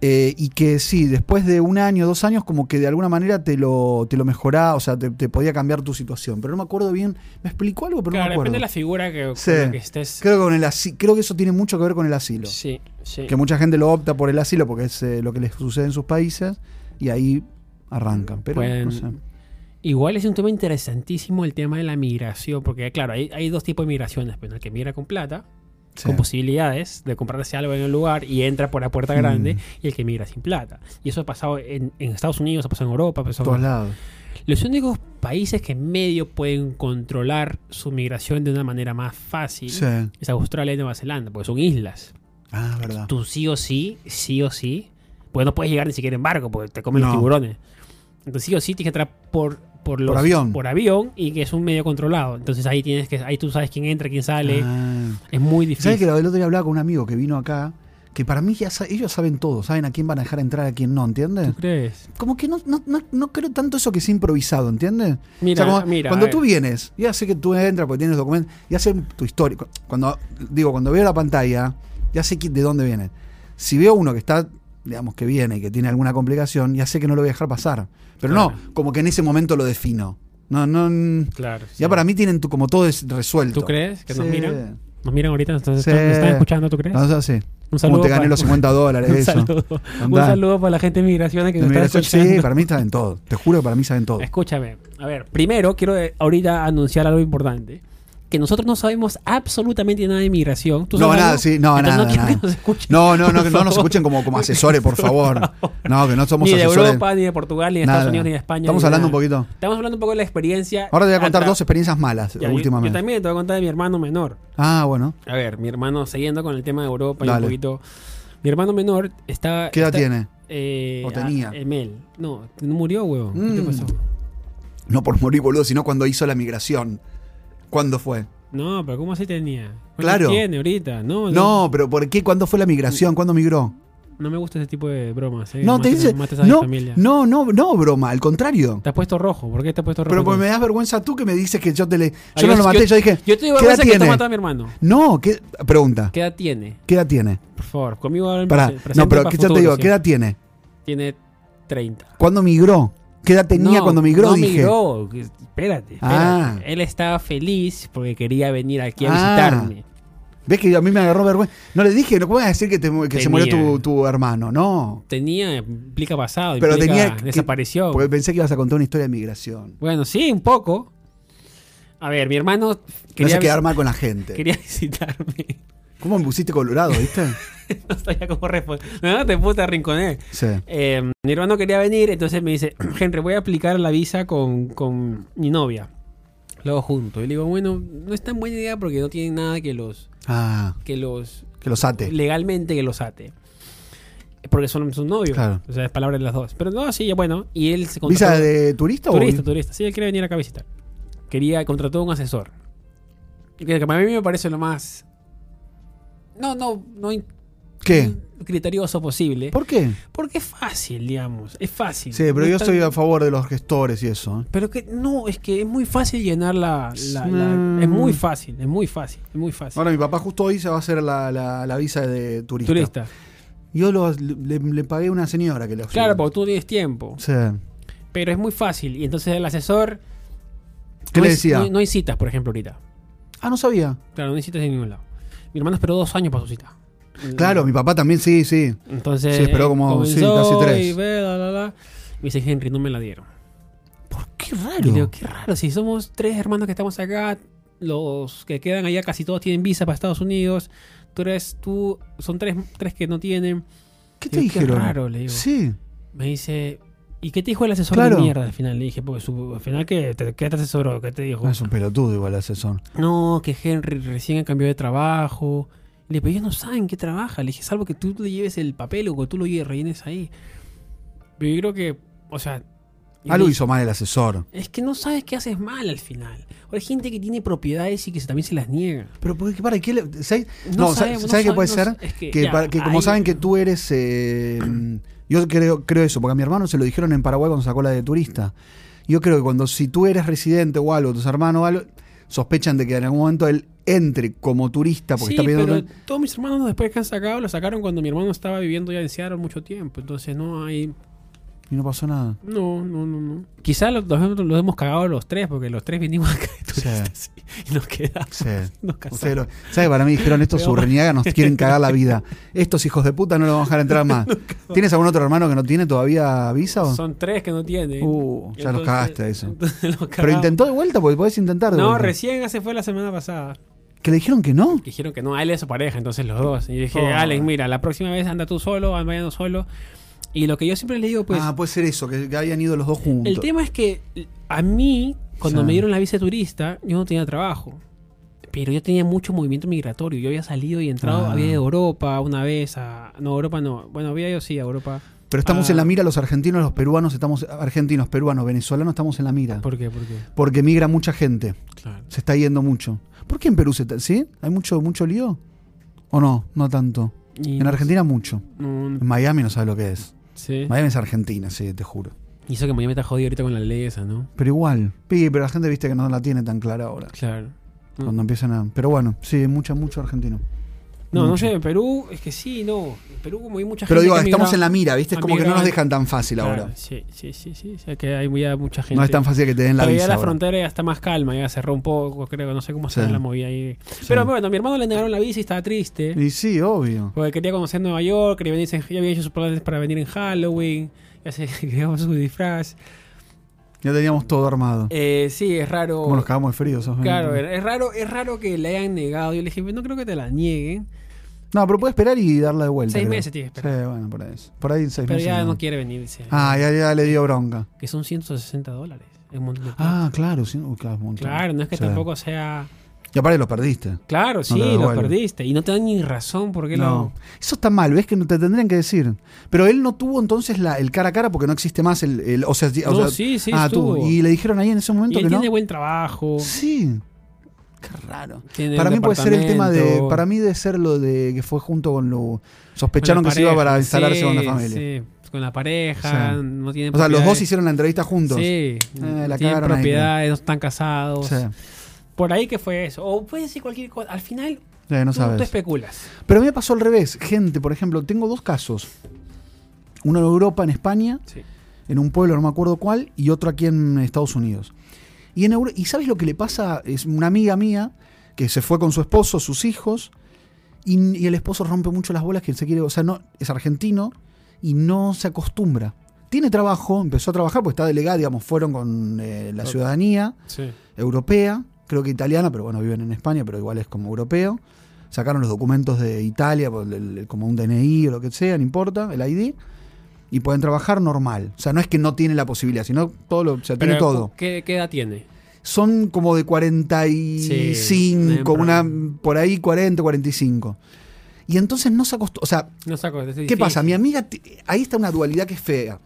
eh, y que sí, después de un año, dos años, como que de alguna manera te lo, te lo mejoraba, o sea, te, te podía cambiar tu situación. Pero no me acuerdo bien. ¿Me explicó algo? Pero
claro,
no me
depende
acuerdo.
de la figura que, con
Sí.
la que estés.
Creo que, con el asi- creo que eso tiene mucho que ver con el asilo.
Sí, sí.
Que mucha gente lo opta por el asilo porque es eh, lo que les sucede en sus países y ahí arrancan. Pero no
Pueden-
sé.
Igual es un tema interesantísimo el tema de la migración, porque claro, hay, hay dos tipos de migraciones, pues, el que migra con plata,
Sí.
con posibilidades de comprarse algo en un lugar y entra por la puerta grande,
Mm.
y el que migra sin plata. Y eso ha pasado en, en Estados Unidos, ha pasado en Europa, ha pasado
todos
en-
lados.
Los únicos países que en medio pueden controlar su migración de una manera más fácil
Sí.
es Australia y Nueva Zelanda, porque son islas.
Ah, es verdad.
tú sí o sí, sí o sí, pues no puedes llegar ni siquiera en barco porque te comen
No.
los tiburones. Entonces sí o sí tienes que entrar por por, los-
avión.
por avión y que es un medio controlado. Entonces ahí tienes que ahí tú sabes quién entra, quién sale.
Ah.
Es muy difícil.
¿Sabes que la del otro día hablaba con un amigo que vino acá? Que para mí ya sa- ellos saben todo, saben a quién van a dejar entrar, a quién no, ¿entiendes?
¿Tú crees?
Como que no, no, no, no creo tanto eso que es improvisado, ¿entiendes?
Mira,
O sea, como
mira,
cuando
a
tú
ver.
vienes, ya sé que tú entras porque tienes documentos, ya sé tu historia. Cu- Cuando digo, cuando veo la pantalla, ya sé qui- de dónde viene. Si veo uno que está, digamos, que viene y que tiene alguna complicación, ya sé que no lo voy a dejar pasar. Pero no, como que en ese momento lo defino. No, no. mm,
Claro.
Ya
sí.
para mí tienen tu- como todo es resuelto.
¿Tú crees que nos
Sí.
miran? Nos miran ahorita, nos están,
Sí.
nos están escuchando, ¿tú crees?
No, no sé.
Un
Como te gané
para-
los 50 dólares?
un
eso.
saludo, un
Andá.
saludo para la gente de migraciones que
De
nos está
migración,
escuchando.
sí, para mí saben todo. Te juro que para mí saben todo.
Escúchame, a ver, primero quiero eh, ahorita anunciar algo importante. Que nosotros no sabemos absolutamente nada de inmigración. ¿Tú
No,
sabes
nada,
algo?
sí, no,
Entonces,
nada,
No quiero
nada.
que nos escuchen.
No, no, no,
por
que no nos
favor.
escuchen como, como asesores, por favor. No, que no somos
Ni de
asesores.
Europa, ni de Portugal, ni de
Nada.
Estados Unidos, ni de España.
Estamos
ni de
hablando un
nada.
poquito.
Estamos hablando un poco de la experiencia.
Ahora te voy a contar
atra-
dos experiencias malas
Ya, yo- Yo,
últimamente.
también te voy a contar de mi hermano menor.
ah, bueno.
A ver, mi hermano, siguiendo con el tema de Europa y
Dale.
un poquito. Mi hermano menor está.
¿Qué edad
está-
tiene?
eh,
¿O
ah,
tenía?
Emel. No, murió, huevón. ¿Qué
Mm.
te pasó?
No por morir, boludo, sino cuando hizo la migración. ¿Cuándo fue?
No, pero ¿cómo así tenía? ¿Cuánto
Claro.
tiene ahorita? No,
No, pero ¿por qué? ¿Cuándo fue la migración? ¿Cuándo migró?
No me gusta ese tipo de bromas. ¿eh?
No, te
Mates-
dice.
mates a mi
No,
familia.
no, no, no, broma, al contrario.
Te has puesto rojo. ¿Por qué te has puesto rojo?
Pero
tú?
porque me das vergüenza tú que me dices que yo te le.
Ah,
Yo no lo maté, yo dije.
Yo te digo
¿qué edad
vergüenza que
tiene?
está matando a mi hermano.
No, ¿qué? Pregunta.
¿Qué edad tiene?
¿Qué edad tiene?
Por favor, conmigo ahora en
Pará,
presen- presente
no, pero
pa'
que yo te
futuro,
digo,
sí.
¿qué edad tiene?
Tiene 30.
¿Cuándo migró? ¿Qué edad tenía
No,
cuando migró?
No
dije.
migró. que- Espérate. espérate.
Ah.
Él estaba feliz porque quería venir aquí a
Ah.
visitarme.
¿Ves que a mí me agarró vergüenza? No le dije, no puedes decir que, te mu- que se
Tenía.
murió tu, tu hermano, no.
Tenía, implica pasado,
Pero
implica
tenía que-
desaparición.
Porque pensé que ibas a contar una historia de migración.
Bueno, sí, un poco. A ver, mi hermano
Me
quería,
hace quedar
vis-
mal con la gente.
quería visitarme.
¿Cómo me pusiste colorado, viste?
no sabía cómo responder. No, te puta rinconé.
Sí.
Eh, mi hermano quería venir, entonces me dice, Henry, voy a aplicar la visa con, con mi novia. Luego junto. Y le digo, bueno, no es tan buena idea porque no tienen nada que los,
Ah,
que los,
que los ate.
legalmente que los ate. Porque son sus novios.
Claro.
O sea, es palabra de las dos. Pero no, sí, ya bueno. Y él se
¿Visa de turista o
Turista, turista. Sí, él quería venir acá a visitar. Quería, contrató un asesor. Y Que que para mí me parece lo más... No, no, no... in-
¿Qué?
Criterioso posible.
¿Por qué?
Porque es fácil, digamos. Es fácil.
Sí, pero
No
yo
es tan-
estoy a favor de los gestores y eso. ¿eh?
Pero que no, es que es muy fácil llenar la. la- la-
Mm.
Es muy fácil, es muy fácil, es muy fácil.
Ahora mi papá justo hoy se va a hacer la, la- la visa de turista.
turista.
Y Yo los- le, le pagué a una señora que los.
Claro, porque tú tienes tiempo.
Sí.
Pero es muy fácil. Y entonces el asesor.
¿Qué
no
le
hay-
decía?
Pues, no- no hay citas, por ejemplo, ahorita.
Ah, no sabía.
Claro, no hay citas en ningún lado. Mi hermano esperó dos años para su cita.
Claro, mi papá también, sí, sí.
Entonces.
Sí, esperó como,
comenzó
sí, casi tres.
y ve, la, la, la. Me dice Henry, no me la dieron.
Qué
Y digo,
raro.
qué raro, si somos tres hermanos que estamos acá, los que quedan allá casi todos tienen visa para Estados Unidos. Tú eres tú, son tres, tres que no tienen.
¿Qué te
Digo, qué
dijeron?
raro, le digo.
Sí. Ah,
Me dice, ¿y qué te dijo el asesor
Claro.
de mierda al final? Le dije, porque su- al final, ¿qué te, qué te asesoró? ¿Qué te dijo?
Ah, Es un pelotudo igual el asesor.
No, que Henry recién cambió de trabajo. Le pedí, no saben qué trabaja. Le dije, salvo que tú le lleves el papel o que tú lo lleves, rellenes ahí. Pero yo creo que, o sea. y
Algo
le-
Ah, hizo mal el asesor.
Es que no sabes qué haces mal al final. O hay gente que tiene propiedades y que se- también se las niega.
Pero, ¿por qué- ¿para qué le- ¿sabes?
No
No, ¿sabes,
sabemos, no
¿sabes qué puede ser?
sabemos, es que
que,
Eh, ya,
para- que como
ahí-
saben que tú eres. eh, yo creo, creo eso, porque a mi hermano se lo dijeron en Paraguay cuando sacó la de turista. Yo creo que cuando si tú eres residente o algo, tus hermanos o algo, sospechan de que en algún momento él entre como turista porque
sí,
está pidiendo.
pero todos mis hermanos después que han sacado, lo sacaron cuando mi hermano estaba viviendo ya en Seattle mucho tiempo. Entonces no hay...
Y no pasó nada.
No, no, no, no. Quizá los, los- los hemos cagado los tres, porque los tres vinimos acá de
Sí.
turistas y nos quedamos.
Sí.
Nos
O
casamos.
sea, lo- ¿Sabes? Para mí dijeron estos
Pero-
surreñagas nos quieren cagar la vida. Estos hijos de puta no los vamos a dejar entrar más. ¿Tienes algún otro hermano que no tiene todavía visa? o-
Son tres que no tienen.
Uh, ya los
Entonces-
cagaste eso.
entonces los
Pero
cagamos.
intentó de vuelta porque podés intentar. de
No,
vuelta.
recién hace fue la semana pasada.
¿Que le dijeron que no?
Dijeron que no, a él es su pareja, entonces los dos. Y yo dije,
Oh.
Alex, mira, la próxima vez anda tú solo, vayan solo. Y lo que yo siempre le digo, pues,
ah, puede ser eso, que, que habían ido los dos juntos.
el tema es que a mí, cuando
Sí.
me dieron la visa de turista, yo no tenía trabajo. Pero yo tenía mucho movimiento migratorio. Yo había salido y entrado,
Ah.
había ido a Europa una vez, a... No, Europa no. Bueno, había ido sí a Europa.
Pero estamos
Ah.
en la mira los argentinos, los peruanos, estamos argentinos, peruanos, venezolanos, estamos en la mira.
¿Por qué? ¿Por qué?
Porque migra mucha gente,
Claro.
se está yendo mucho. ¿Por qué en Perú se está, sí? ¿Hay mucho mucho lío? ¿O no? No tanto. En Argentina mucho. En Miami no sabes lo que es.
sí.
Miami es Argentina, sí, te juro.
Y eso que Miami está jodido ahorita con la ley esa, ¿no?
Pero igual, pi, pero la gente viste que no la tiene tan clara ahora.
Claro. Mm.
Cuando empiezan a. Pero bueno, sí, mucho, mucho argentino.
No, no
Mucho.
sé, en Perú es que sí, no. En Perú como hay mucha
Pero
gente
digo,
que ha
estamos
migrado-
en la mira, ¿viste? Es
ha
como que no nos
migrado.
dejan tan fácil
Claro,
ahora.
Sí, sí, sí, sí. O sea que hay muy- mucha gente.
No es tan fácil que te den la
Pero
visa.
ya la
ahora.
frontera ya está más calma, ya cerró un poco, creo, no sé cómo se
Sí.
la movida ahí.
Sí.
Pero bueno, a mi hermano le negaron la visa y estaba triste.
Y sí, obvio.
Porque quería conocer Nueva York, quería venirse en- ya había hecho sus planes para venir en Halloween, ya se creó su disfraz.
Ya teníamos todo armado.
Eh, sí, es raro.
Como nos cagamos de frío, esos
Claro,
veinte.
es raro, es raro que le hayan negado. Yo le dije, no creo que te la nieguen.
No, pero puede esperar y darla de vuelta.
Seis
creo.
meses tiene que
Sí, bueno, por ahí. Por ahí seis
Pero
meses.
ya
no.
no quiere venirse.
Ah, ya, ya le dio bronca.
Que son 160 dólares. Es un montón de plata.
Ah, claro, sí. Uy, claro, es un montón.
claro, no es que
Sí.
tampoco sea.
Y aparte lo perdiste.
Claro, sí,
te lo
lo
devuelven.
perdiste. Y no te dan ni razón por qué
No. Eso está mal, ves que no te tendrían que decir. Pero él no tuvo entonces la, el cara a cara porque no existe más el. el- o sea, o
lo. No,
sea,
sí, sí,
ah,
estuvo.
tú. Y le dijeron ahí en ese
Y
momento
él
que no.
tiene buen trabajo.
Sí. Qué raro.
tiene
Para
un
mí puede ser el tema de.
departamento,
Para mí debe ser lo de que fue junto con lo.
con la
Sospecharon que se iba
pareja,
para instalarse
sí,
con la familia.
sí, con la pareja,
Sí.
no tienen
O sea, los dos
propiedades.
hicieron la entrevista juntos.
Sí,
Eh, la
no tienen
cagaron ahí,
propiedades, no están casados.
Sí,
Por ahí que fue eso. O puede decir cualquier cosa. Al final,
sí, eh, no
tú, tú
sabes.
especulas.
Pero a mí me pasó al revés. Gente, por ejemplo, tengo dos casos. Uno en Europa, en España,
Sí.
en un pueblo, no me acuerdo cuál, y otro aquí en Estados Unidos. Y, en Euro- ¿Y sabes lo que le pasa? Es una amiga mía que se fue con su esposo, sus hijos, y, y el esposo rompe mucho las bolas que se quiere, o sea, no, es argentino y no se acostumbra. Tiene trabajo, empezó a trabajar, pues está delegada, digamos, fueron con eh, la
Ok.
ciudadanía
sí.
europea, creo que italiana, pero bueno, viven en España, pero igual es como europeo. Sacaron los documentos de Italia, por el- el- como un DNI o lo que sea, no importa, el ID, y pueden trabajar normal. O sea, no es que no tiene la posibilidad, sino todo lo, o sea, tiene
Pero,
todo.
¿qué, qué edad tiene?
Son como de 45,
Sí,
una,
en-
por ahí 40, 45. Y entonces no se acostumbra, o sea,
No saco. es
¿Qué
difícil.
pasa? Mi amiga, ti- ahí está una dualidad que es fea.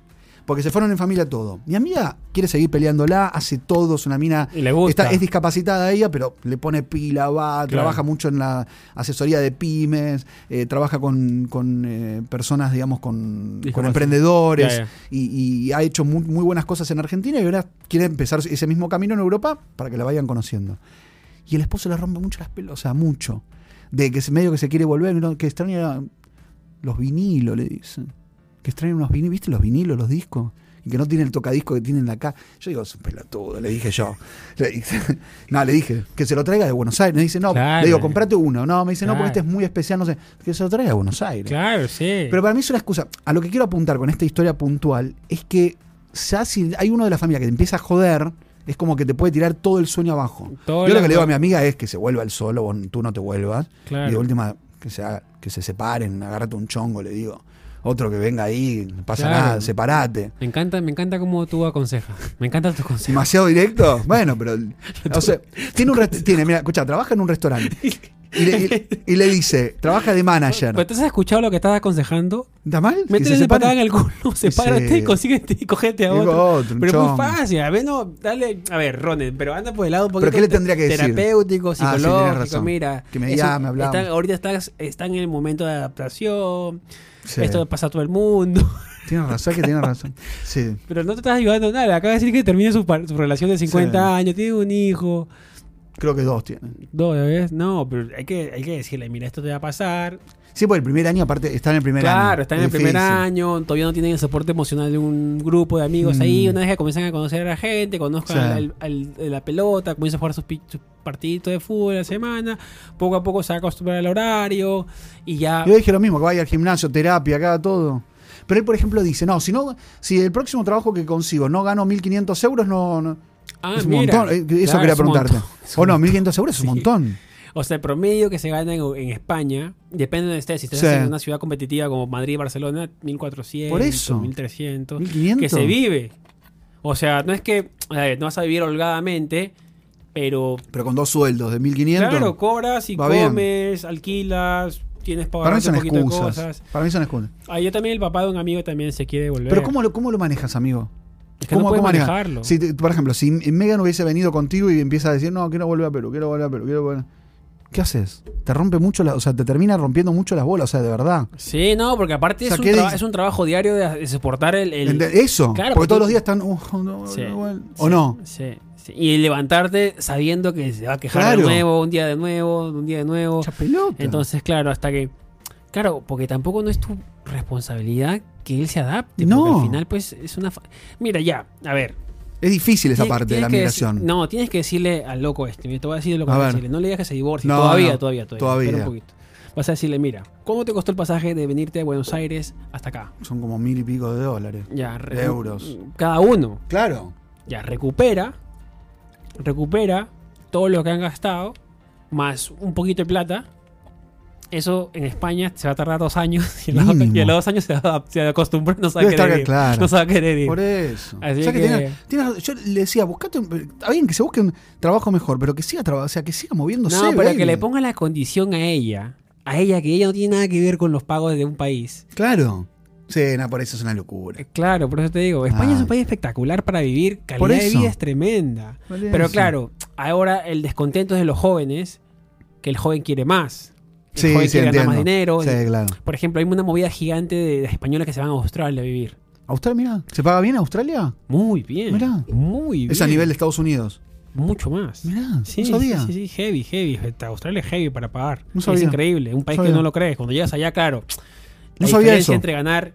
Porque se fueron en familia todo. Mi amiga quiere seguir peleándola, hace todo, es una mina.
Y le gusta.
es discapacitada ella, pero le pone pila, va, trabaja mucho en la asesoría de pymes, eh, trabaja con, con, eh, personas, digamos, con, con
Discapacidad.
emprendedores.
Ya, ya.
Y, y ha hecho muy, muy buenas cosas en Argentina y ahora quiere empezar ese mismo camino en Europa para que la vayan conociendo. Y el esposo le rompe mucho las pelotas, o sea, mucho. De que se- medio que se quiere volver, ¿no? que extraña Los vinilos, le dicen. Que extraen unos vinilos, ¿viste los vinilos, los discos? Y que no tiene el tocadisco que tienen acá. Yo digo, es un pelotudo, le dije yo. Le dije- no, le dije, que se lo traiga de Buenos Aires. Me dice, no,
Claro.
le digo, comprate uno. No, me dice, no, porque
Claro.
este es muy especial, no sé. Que se lo traiga de Buenos Aires.
Claro, sí.
Pero para mí es una excusa. A lo que quiero apuntar con esta historia puntual es que ya si hay uno de la familia que te empieza a joder, es como que te puede tirar todo el sueño abajo.
Todo
Yo lo
lo-
que le digo a mi amiga es que se vuelva el solo, vos- tú no te vuelvas.
Claro.
Y de última, que se, haga- que se separen, agárrate un chongo, le digo. Otro que venga ahí, no pasa
Claro.
nada, separate.
Me encanta, me encanta cómo tú aconsejas. Me encantan tus consejos.
¿Demasiado directo? Bueno, pero. O sea, tiene un. rest- Tiene, mira, escucha, trabaja en un restaurante. Y le, y- y le dice, trabaja de manager.
Pero tú has escuchado lo que estás aconsejando.
¿Está mal? Que
Métele
se
de
separen.
patada en el culo, sepárate
se-
y consíguete y cogete a
Digo,
otro.
otro, un
pero es muy
chongo.
fácil, a ver, no, dale, a ver, Ronen, pero anda por el lado un
¿Pero
poquito
qué le tendría que decir?
terapéutico,
Ah, sí, tenés
psicológico,
razón.
mira.
Que me
eso-
llame, hablamos.
están- ahorita estás, están en el momento de adaptación,
Sí.
esto le pasa a todo el mundo,
Tienes razón, que tienes razón. Sí.
pero no te estás ayudando nada, acaba de decir que termina su, par- su relación de 50
Sí.
años, tiene un hijo,
Creo que dos tienen.
dos, ¿ves? No, pero hay que, hay que decirle, mira, esto te va a pasar,
Sí, porque el primer año, aparte, está en el primer año.
Claro, están en el primer
Difícil.
año, todavía no tienen el soporte emocional de un grupo de amigos
Mm.
ahí. Una vez que comienzan a conocer a la gente, conozcan
Sí.
al- al- al- la pelota, comienzan a jugar sus, pi- sus partiditos de fútbol a la semana, poco a poco se acostumbran al horario y ya.
Yo dije lo mismo, que vaya al gimnasio, terapia, acá, todo. Pero él, por ejemplo, dice, no, si no, si el próximo trabajo que consigo no gano 1.500 euros, no... no-
Ah,
es un
mira.
montón. Eh, Eso
Claro,
quería
es un
preguntarte.
montón, es un
O no,
montón.
1.500 euros es un
Sí.
montón.
O sea, el promedio que se gana en, en España, depende de donde estés, si estás
Sí.
en una ciudad competitiva como Madrid, Barcelona, 1400,
Por eso.
1300.
1.500.
que se vive. O sea, no es que a ver, no vas a vivir holgadamente, pero
Pero con dos sueldos de 1.500.
Claro, cobras y
Va bien.
comes, alquilas, tienes para
para mí
ahorrarte
son
un poquito de
excusas.
cosas.
Para mí son excusas.
Ah, yo también, el papá de un amigo también se quiere volver.
Pero ¿cómo lo, cómo lo manejas, amigo?
Es que no puedes
manejas?
manejarlo.
Si te- por ejemplo, si Megan hubiese venido contigo y empieza a decir, no, quiero volver a Perú, quiero volver a Perú, quiero volver a... ¿Qué haces? Te rompe mucho, la, o sea, te termina rompiendo mucho las bolas, o sea, de verdad.
Sí, no, porque aparte
O sea,
es, un
¿qué
traba-
dices?
es un trabajo diario de, de soportar el... el-
Ente- Eso, porque
Claro, porque
todos
tú-
los días están... "Uh, no,
Sí,
no vuelvo".
sí,
¿O no?
Sí, sí. Y levantarte sabiendo que se va a quejar
Claro.
de nuevo, un día de nuevo, un día de nuevo.
Mucha pelota.
Entonces, claro, hasta que... Claro, porque tampoco no es tu responsabilidad que él se adapte.
No.
Porque al final, pues, es una... fa- Mira, ya, a ver,
es difícil esa
Tien-
parte de la
tienes que
migración.
deci- no, tienes que decirle al loco este. mira, Te voy a decir lo que
A
vas a
ver.
decirle. No le digas que se divorcie.
No,
todavía,
no.
todavía, todavía,
Todavía.
Espera un poquito. Vas a decirle, mira, ¿cómo te costó el pasaje de venirte de Buenos Aires hasta acá?
Son como mil y pico de dólares.
Ya, recu-
De euros.
Cada uno.
Claro.
Ya, recupera. Recupera todo lo que han gastado. Más un poquito de plata. Eso en España se va a tardar dos años. Y a los,
Mínimo.
y a los dos años se va a, se va a acostumbrar. No se va a
Debe estar
querer ir.
claro.
No se va a querer ir.
Por eso.
Así
O sea que
que-
tiene- tiene- yo le decía, buscate un- Está bien que se busque un trabajo mejor, pero que siga trabajando, o sea, que siga moviéndose.
No, pero
baby.
que le ponga la condición a ella, a ella que ella no tiene nada que ver con los pagos de un país.
Claro. Sí, no, por eso es una locura.
Eh, Claro, por eso te digo, España
Ah.
es un país espectacular para vivir,
Por
calidad de
eso.
vida es tremenda. Pero claro, ahora el descontento es de los jóvenes, que el joven quiere más. El
sí,
joven
sí,
quiere ganar
entiendo.
más dinero.
Sí, claro.
Por ejemplo, hay una movida gigante de, de españoles que se van a Australia a vivir.
Australia, mira, ¿se paga bien Australia?
Muy bien.
Mirá.
Muy bien.
Es a nivel de Estados Unidos.
Mucho más.
Mirá,
Sí,
Ah, no sabía.
sí, sí, sí, heavy, heavy. Australia es heavy para pagar.
No sabía.
Es increíble. Un país
Sabía.
que no lo crees. Cuando llegas allá, claro.
No
la
sabía eso.
diferencia entre ganar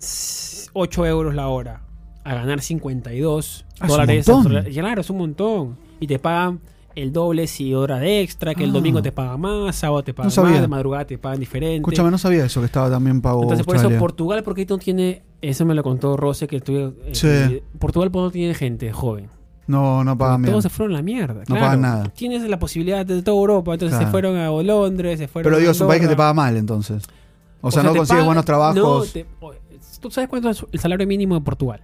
s- 8 euros la hora a ganar 52
Ah, es un
dólares.
montón.
australianos, Claro, es un montón. Y te pagan el doble si hora de extra, que
Ah.
el domingo te pagan más, sábado te pagan
No sabía.
más, de madrugada te pagan diferente.
Escúchame, no sabía eso que estaba también pago
Entonces, por eso
Australia.
Portugal, porque no tiene. Eso me lo contó Rose, que estuve. eh,
Sí.
eh, Portugal, porque no tiene gente joven.
No, no pagan bien.
Todos se fueron a la mierda.
No
claro.
pagan nada.
Tienes la posibilidad de toda Europa. Entonces
Claro.
se fueron a Londres, se fueron
Pero
a
digo, es un país que te
Andorra.
paga mal entonces. O sea, no
te
consigues
pagan-
buenos
no,
trabajos.
te- o- ¿Tú sabes cuánto es el salario mínimo de Portugal?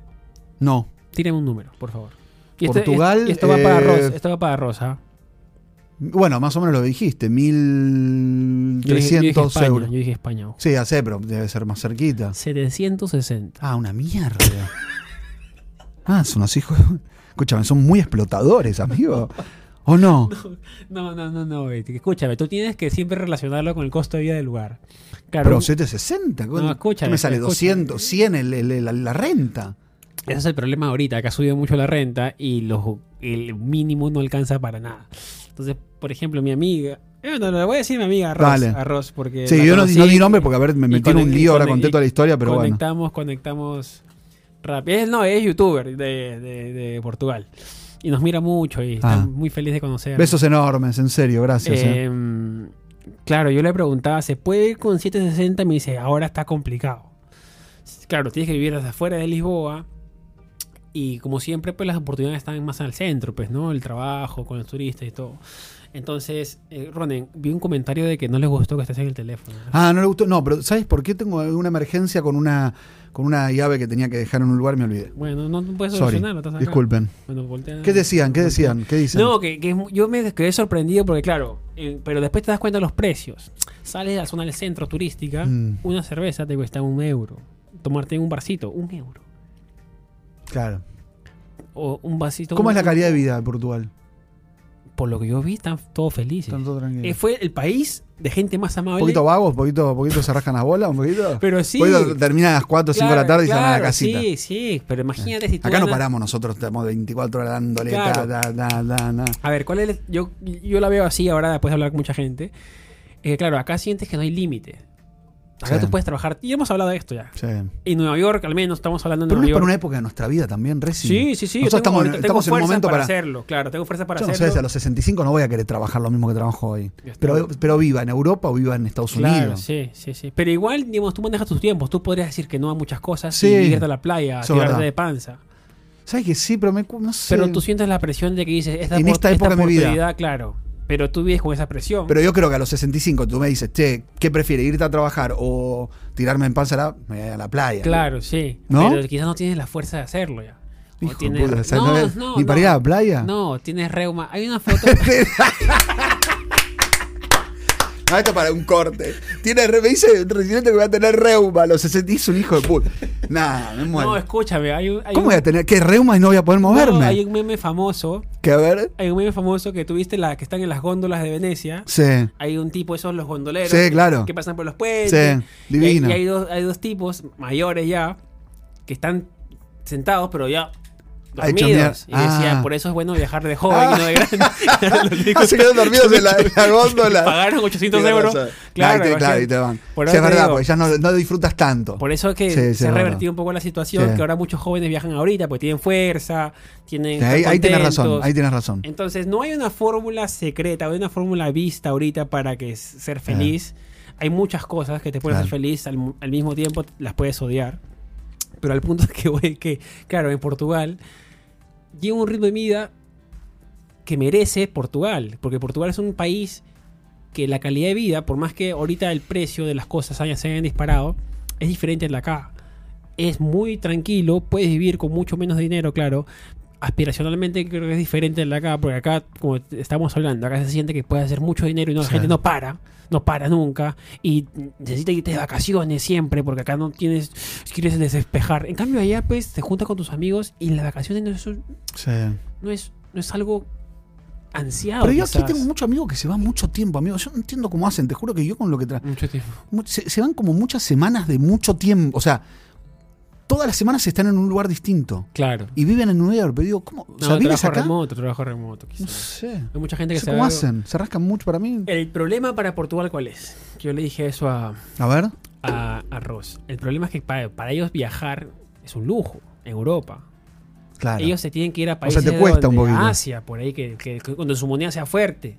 No.
Tírame un número, por favor. este
Portugal,
es- esto, va para
eh,
Rosa, esto va para Rosa.
Bueno, más o menos lo dijiste,
Yo dije, yo dije
1.300
España,
euros.
Yo dije España. ojo.
Sí, ya sé, pero debe ser más cerquita.
760.
Ah, una mierda. ah, son unos hijos. Escúchame, son muy explotadores, amigo. ¿O no?
No, no, no, no. eh, Escúchame, tú tienes que siempre relacionarlo con el costo de vida del lugar. Claro,
Pero
un-
760. ¿cuánto?
No, escúchame,
¿Qué me sale
escúchame.
200, 100 el- el- el- la, la renta.
Ese es el problema ahorita, que ha subido mucho la renta y los, el mínimo no alcanza para nada. Entonces, por ejemplo, mi amiga, Eh, no, le voy a decir a mi amiga Arroz,
Dale.
Arroz, porque.
Sí,
la
yo no, di- no
conocí,
di nombre porque a ver, me
y
metí en
conect-
un lío ahora
conect-
con toda la historia, pero bueno.
conectamos, conectamos rápido. Él no, es youtuber de, de- de Portugal. Y nos mira mucho y está
Ah.
muy feliz de conocer.
Besos enormes, en serio, gracias. eh.
Eh, Claro, yo le preguntaba, ¿se puede ir con 760? Me dice, ahora está complicado. Claro, tienes que vivir hasta afuera de Lisboa. Y como siempre, pues las oportunidades están más al centro, pues, ¿no? El trabajo, con los turistas y todo. Entonces, eh, Ronen, vi un comentario de que no les gustó que estés en el teléfono.
Ah, no le gustó. No, pero ¿sabes por qué tengo una emergencia con una con una llave que tenía que dejar en un lugar? Me olvidé.
Bueno, no, no puedes
Sorry.
solucionarlo. estás acá.
Disculpen.
Bueno, voltea.
¿Qué decían? ¿Qué decían? ¿Qué dicen?
No, que, que es mu- yo me quedé sorprendido porque, claro, eh, pero después te das cuenta de los precios. Sales a la zona del centro turística,
Mm.
una cerveza te cuesta un euro. Tomarte en un barcito, un euro.
Claro.
O un vasito.
¿Cómo es la
calidad?
calidad de vida de Portugal?
Por lo que yo vi, están todos felices.
Están todos
Eh,
tranquilos.
fue el país de gente más
¿Un
amable.
poquito vagos? ¿Poquito, poquito se rascan las bolas? ¿Un poquito?
Pero sí.
Un poquito terminan a las 4 o 5 de la
Claro,
tarde y se van a la
claro,
casita. Ah,
Sí, sí, pero imagínate si tú
Acá no
ganas-
paramos nosotros, estamos 24 horas dándole.
Claro.
ta, ta, ta, ta, ta.
A ver, ¿cuál es? el- Yo, yo la veo así ahora después de hablar con mucha gente. Es que, claro, acá sientes que no hay límite. Acá
Sí.
tú puedes trabajar. Y hemos hablado de esto ya.
Sí.
En Nueva York, al menos, estamos hablando de
Pero no
Nueva
es
York.
para una época de nuestra vida también, Reci.
Sí, sí, sí. yo
Nosotros
tengo,
estamos,
ahorita- tengo
estamos en un
fuerzas
momento
para,
para.
hacerlo. Claro, tengo fuerzas para
yo no sé,
hacerlo.
si a los 65 no voy a querer trabajar lo mismo que trabajo hoy.
Ya está.
Pero, pero viva en Europa o viva en Estados
Claro,
Unidos.
sí, sí, sí. Pero igual, digamos, tú manejas tus tiempos. Tú podrías decir que no a muchas cosas
Sí.
y irte a la
Eso
playa,
es
tirarte
verdad.
de panza.
¿Sabes que sí? Pero me, cu- no sé.
Pero tú sientes la presión de que dices, esta,
En
opor-
esta época de mi vida.
oportunidad, claro. Pero tú vives con esa presión.
Pero yo creo que a los 65 tú me dices, che, ¿qué prefieres? ¿Irte a trabajar o tirarme en panza a la, me voy a la playa?
claro, sí.
¿No?
Pero quizás no tienes la fuerza de hacerlo ya. O
Hijo de
tienes-
puta, ¿sabes?
No,
No,
no,
¿Ni para
no.
ir a la playa?
No, tienes reuma. Hay una foto.
No, Ah, esto para un corte. Tiene, re- me dice residente que voy a tener reuma a los 60. Es un hijo de puta. Nah, me muero.
no, escúchame. Hay un, hay
¿Cómo
un-
voy a tener? ¿Qué reuma y no voy a poder
no,
moverme?
hay un meme famoso.
Que a ver.
Hay un meme famoso que tuviste la que están en las góndolas de Venecia.
Sí.
Hay un tipo, esos los gondoleros.
Sí,
que-
claro.
Que, pasan por los puentes.
Sí, divino.
Y, hay, y hay dos, hay dos tipos mayores ya que están sentados, pero ya
Ha hecho
dormidos. Y
mierda. Ah.
decía, por eso es bueno viajar de joven y no de grande. Los
Ah,
chicos
se quedaron dormidos en la, en la góndola.
Pagaron 800
Tienes
euros.
razón.
Claro,
Ahí te, claro, ahí
imagínate.
te van.
Por
Sí,
eso
es
te
verdad,
digo,
porque ya no, no disfrutas tanto.
Por eso es que
Sí, sí,
se ha
es verdad.
revertido un poco la situación,
Sí.
que ahora muchos jóvenes viajan ahorita porque tienen fuerza, tienen...
Sí, ahí,
están
ahí tienes
contentos.
razón, ahí tienes razón.
Entonces, no hay una fórmula secreta, hay una fórmula vista ahorita para que s- ser feliz. Hay muchas cosas que te pueden hacer
Ah. Claro.
feliz, al, mu- al mismo tiempo las puedes odiar. Pero al punto que voy es que, claro, en Portugal lleva un ritmo de vida que merece Portugal, porque Portugal es un país que la calidad de vida, por más que ahorita el precio de las cosas haya, se hayan disparado, es diferente al de acá. Es muy tranquilo, puedes vivir con mucho menos dinero, claro. Aspiracionalmente creo que es diferente al de acá, porque acá, como te- estamos hablando, acá se siente que puedes hacer mucho dinero y no, la
Sí.
gente no para, no para nunca, y necesita irte de vacaciones siempre, porque acá no tienes, quieres despejar. En cambio, allá pues te juntas con tus amigos y las vacaciones no es, un-
Sí.
no es, no es algo ansiado.
Pero yo aquí
quizás.
tengo muchos amigos que se van mucho tiempo, amigo. Yo no entiendo cómo hacen, te juro que yo con lo que tra
mucho tiempo.
mu- se, se van como muchas semanas de mucho tiempo. O sea, todas las semanas están en un lugar distinto.
Claro.
Y viven en Nueva York, pero digo, ¿cómo? O
No,
sea, ¿vives
trabajo
acá?
remoto, trabajo remoto, quizás.
No sé.
Hay mucha gente
No
que Eh,
sé
se
cómo
va-
hacen. Se rascan mucho para mí.
El problema para Portugal, ¿cuál es? Que yo le dije eso a,
A ver.
a, a Ross. El problema es que para, para ellos viajar es un lujo en Europa.
Claro.
Ellos se tienen que ir a
sea, te
países de
cuesta un
donde-
poquito.
Asia, por ahí, que, que- que cuando su moneda sea fuerte.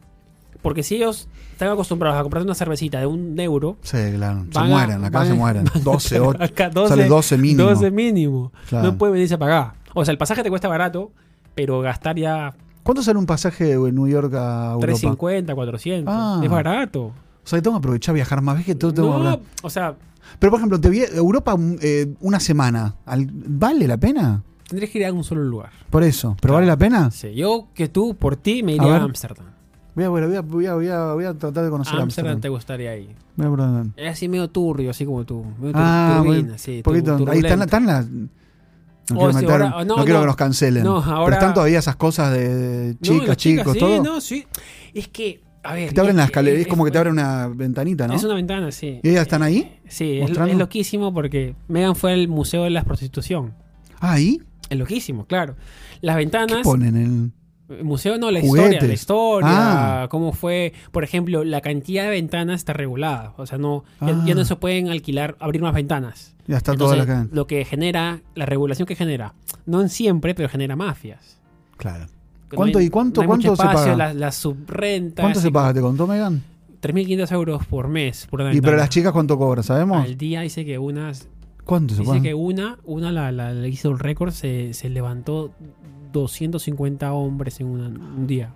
Porque si ellos están acostumbrados a comprar una cervecita de un euro,
Sí, claro. Se
Van a-
mueren, acá
van-
se mueren. 12, 8.
acá 12,
sale 12 mínimo.
12 mínimo.
Claro.
No puede venirse a pagar. O sea, el pasaje te cuesta barato, pero gastar ya
¿Cuánto sale un pasaje de New York a Europa?
350, 400.
Ah.
Es barato.
O sea, que tengo que aprovechar viajar más. ¿Ves que todo tengo que
No,
hablar?
o sea,
Pero, por ejemplo, te vi Europa un- eh, una semana. Al- ¿Vale la pena?
tendrías que ir a un solo lugar.
Por eso. ¿Pero vale la pena?
Sí, yo que tú, por ti, me
A
iría
ver.
a Ámsterdam.
Voy a, voy a, voy a, voy a, voy a tratar de conocer
Ámsterdam
Amsterdam.
te gustaría ir.
Voy a probar.
Es así medio turbio, así como tú. Medio tur-
Ah,
turbina,
bueno,
sí,
poquito.
tur-
Ahí están,
turbulento.
están las... No
Oh,
quiero,
sí,
meter-
ahora-
no,
no,
quiero
no.
que nos cancelen.
No,
Pero
ahora-
están todavía esas cosas de
No,
chicas,
las
chicos,
sí,
todo.
no, sí. Es que, a ver.
Que te abren
es-
las escaleras. Es
es-
como que te abren una ventanita, ¿no?
Es una ventana, sí.
¿Y ellas están ahí?
Sí, es,
mostrando.
es loquísimo porque Megan fue al Museo de la Prostitución.
Ah, ¿Ahí?
Es loquísimo, claro. Las
¿Qué
ventanas.
ponen? El...
El museo no, la
Juguetes.
historia, la historia,
Ah.
cómo fue, por ejemplo, la cantidad de ventanas está regulada, o sea, no ya- ya,
Ah.
no se pueden alquilar, abrir más ventanas.
Ya está toda
Entonces,
la cadena.
lo que genera, la regulación que genera, no en siempre, pero genera mafias.
Claro.
No
¿Cuánto-
hay-
y cuánto-
no hay mucho
cuánto se paga?
Las, las subrentas.
¿Cuánto se
y-
paga? ¿Te contó Megan?
3.500 euros por mes. Por una
¿Y pero
ventana.
las chicas cuánto cobran? ¿Sabemos?
Al día dice que unas.
¿Cuánto se
Dice
paga?
que una, una la, la, la hizo el récord, se, se levantó 250 hombres en una- un día.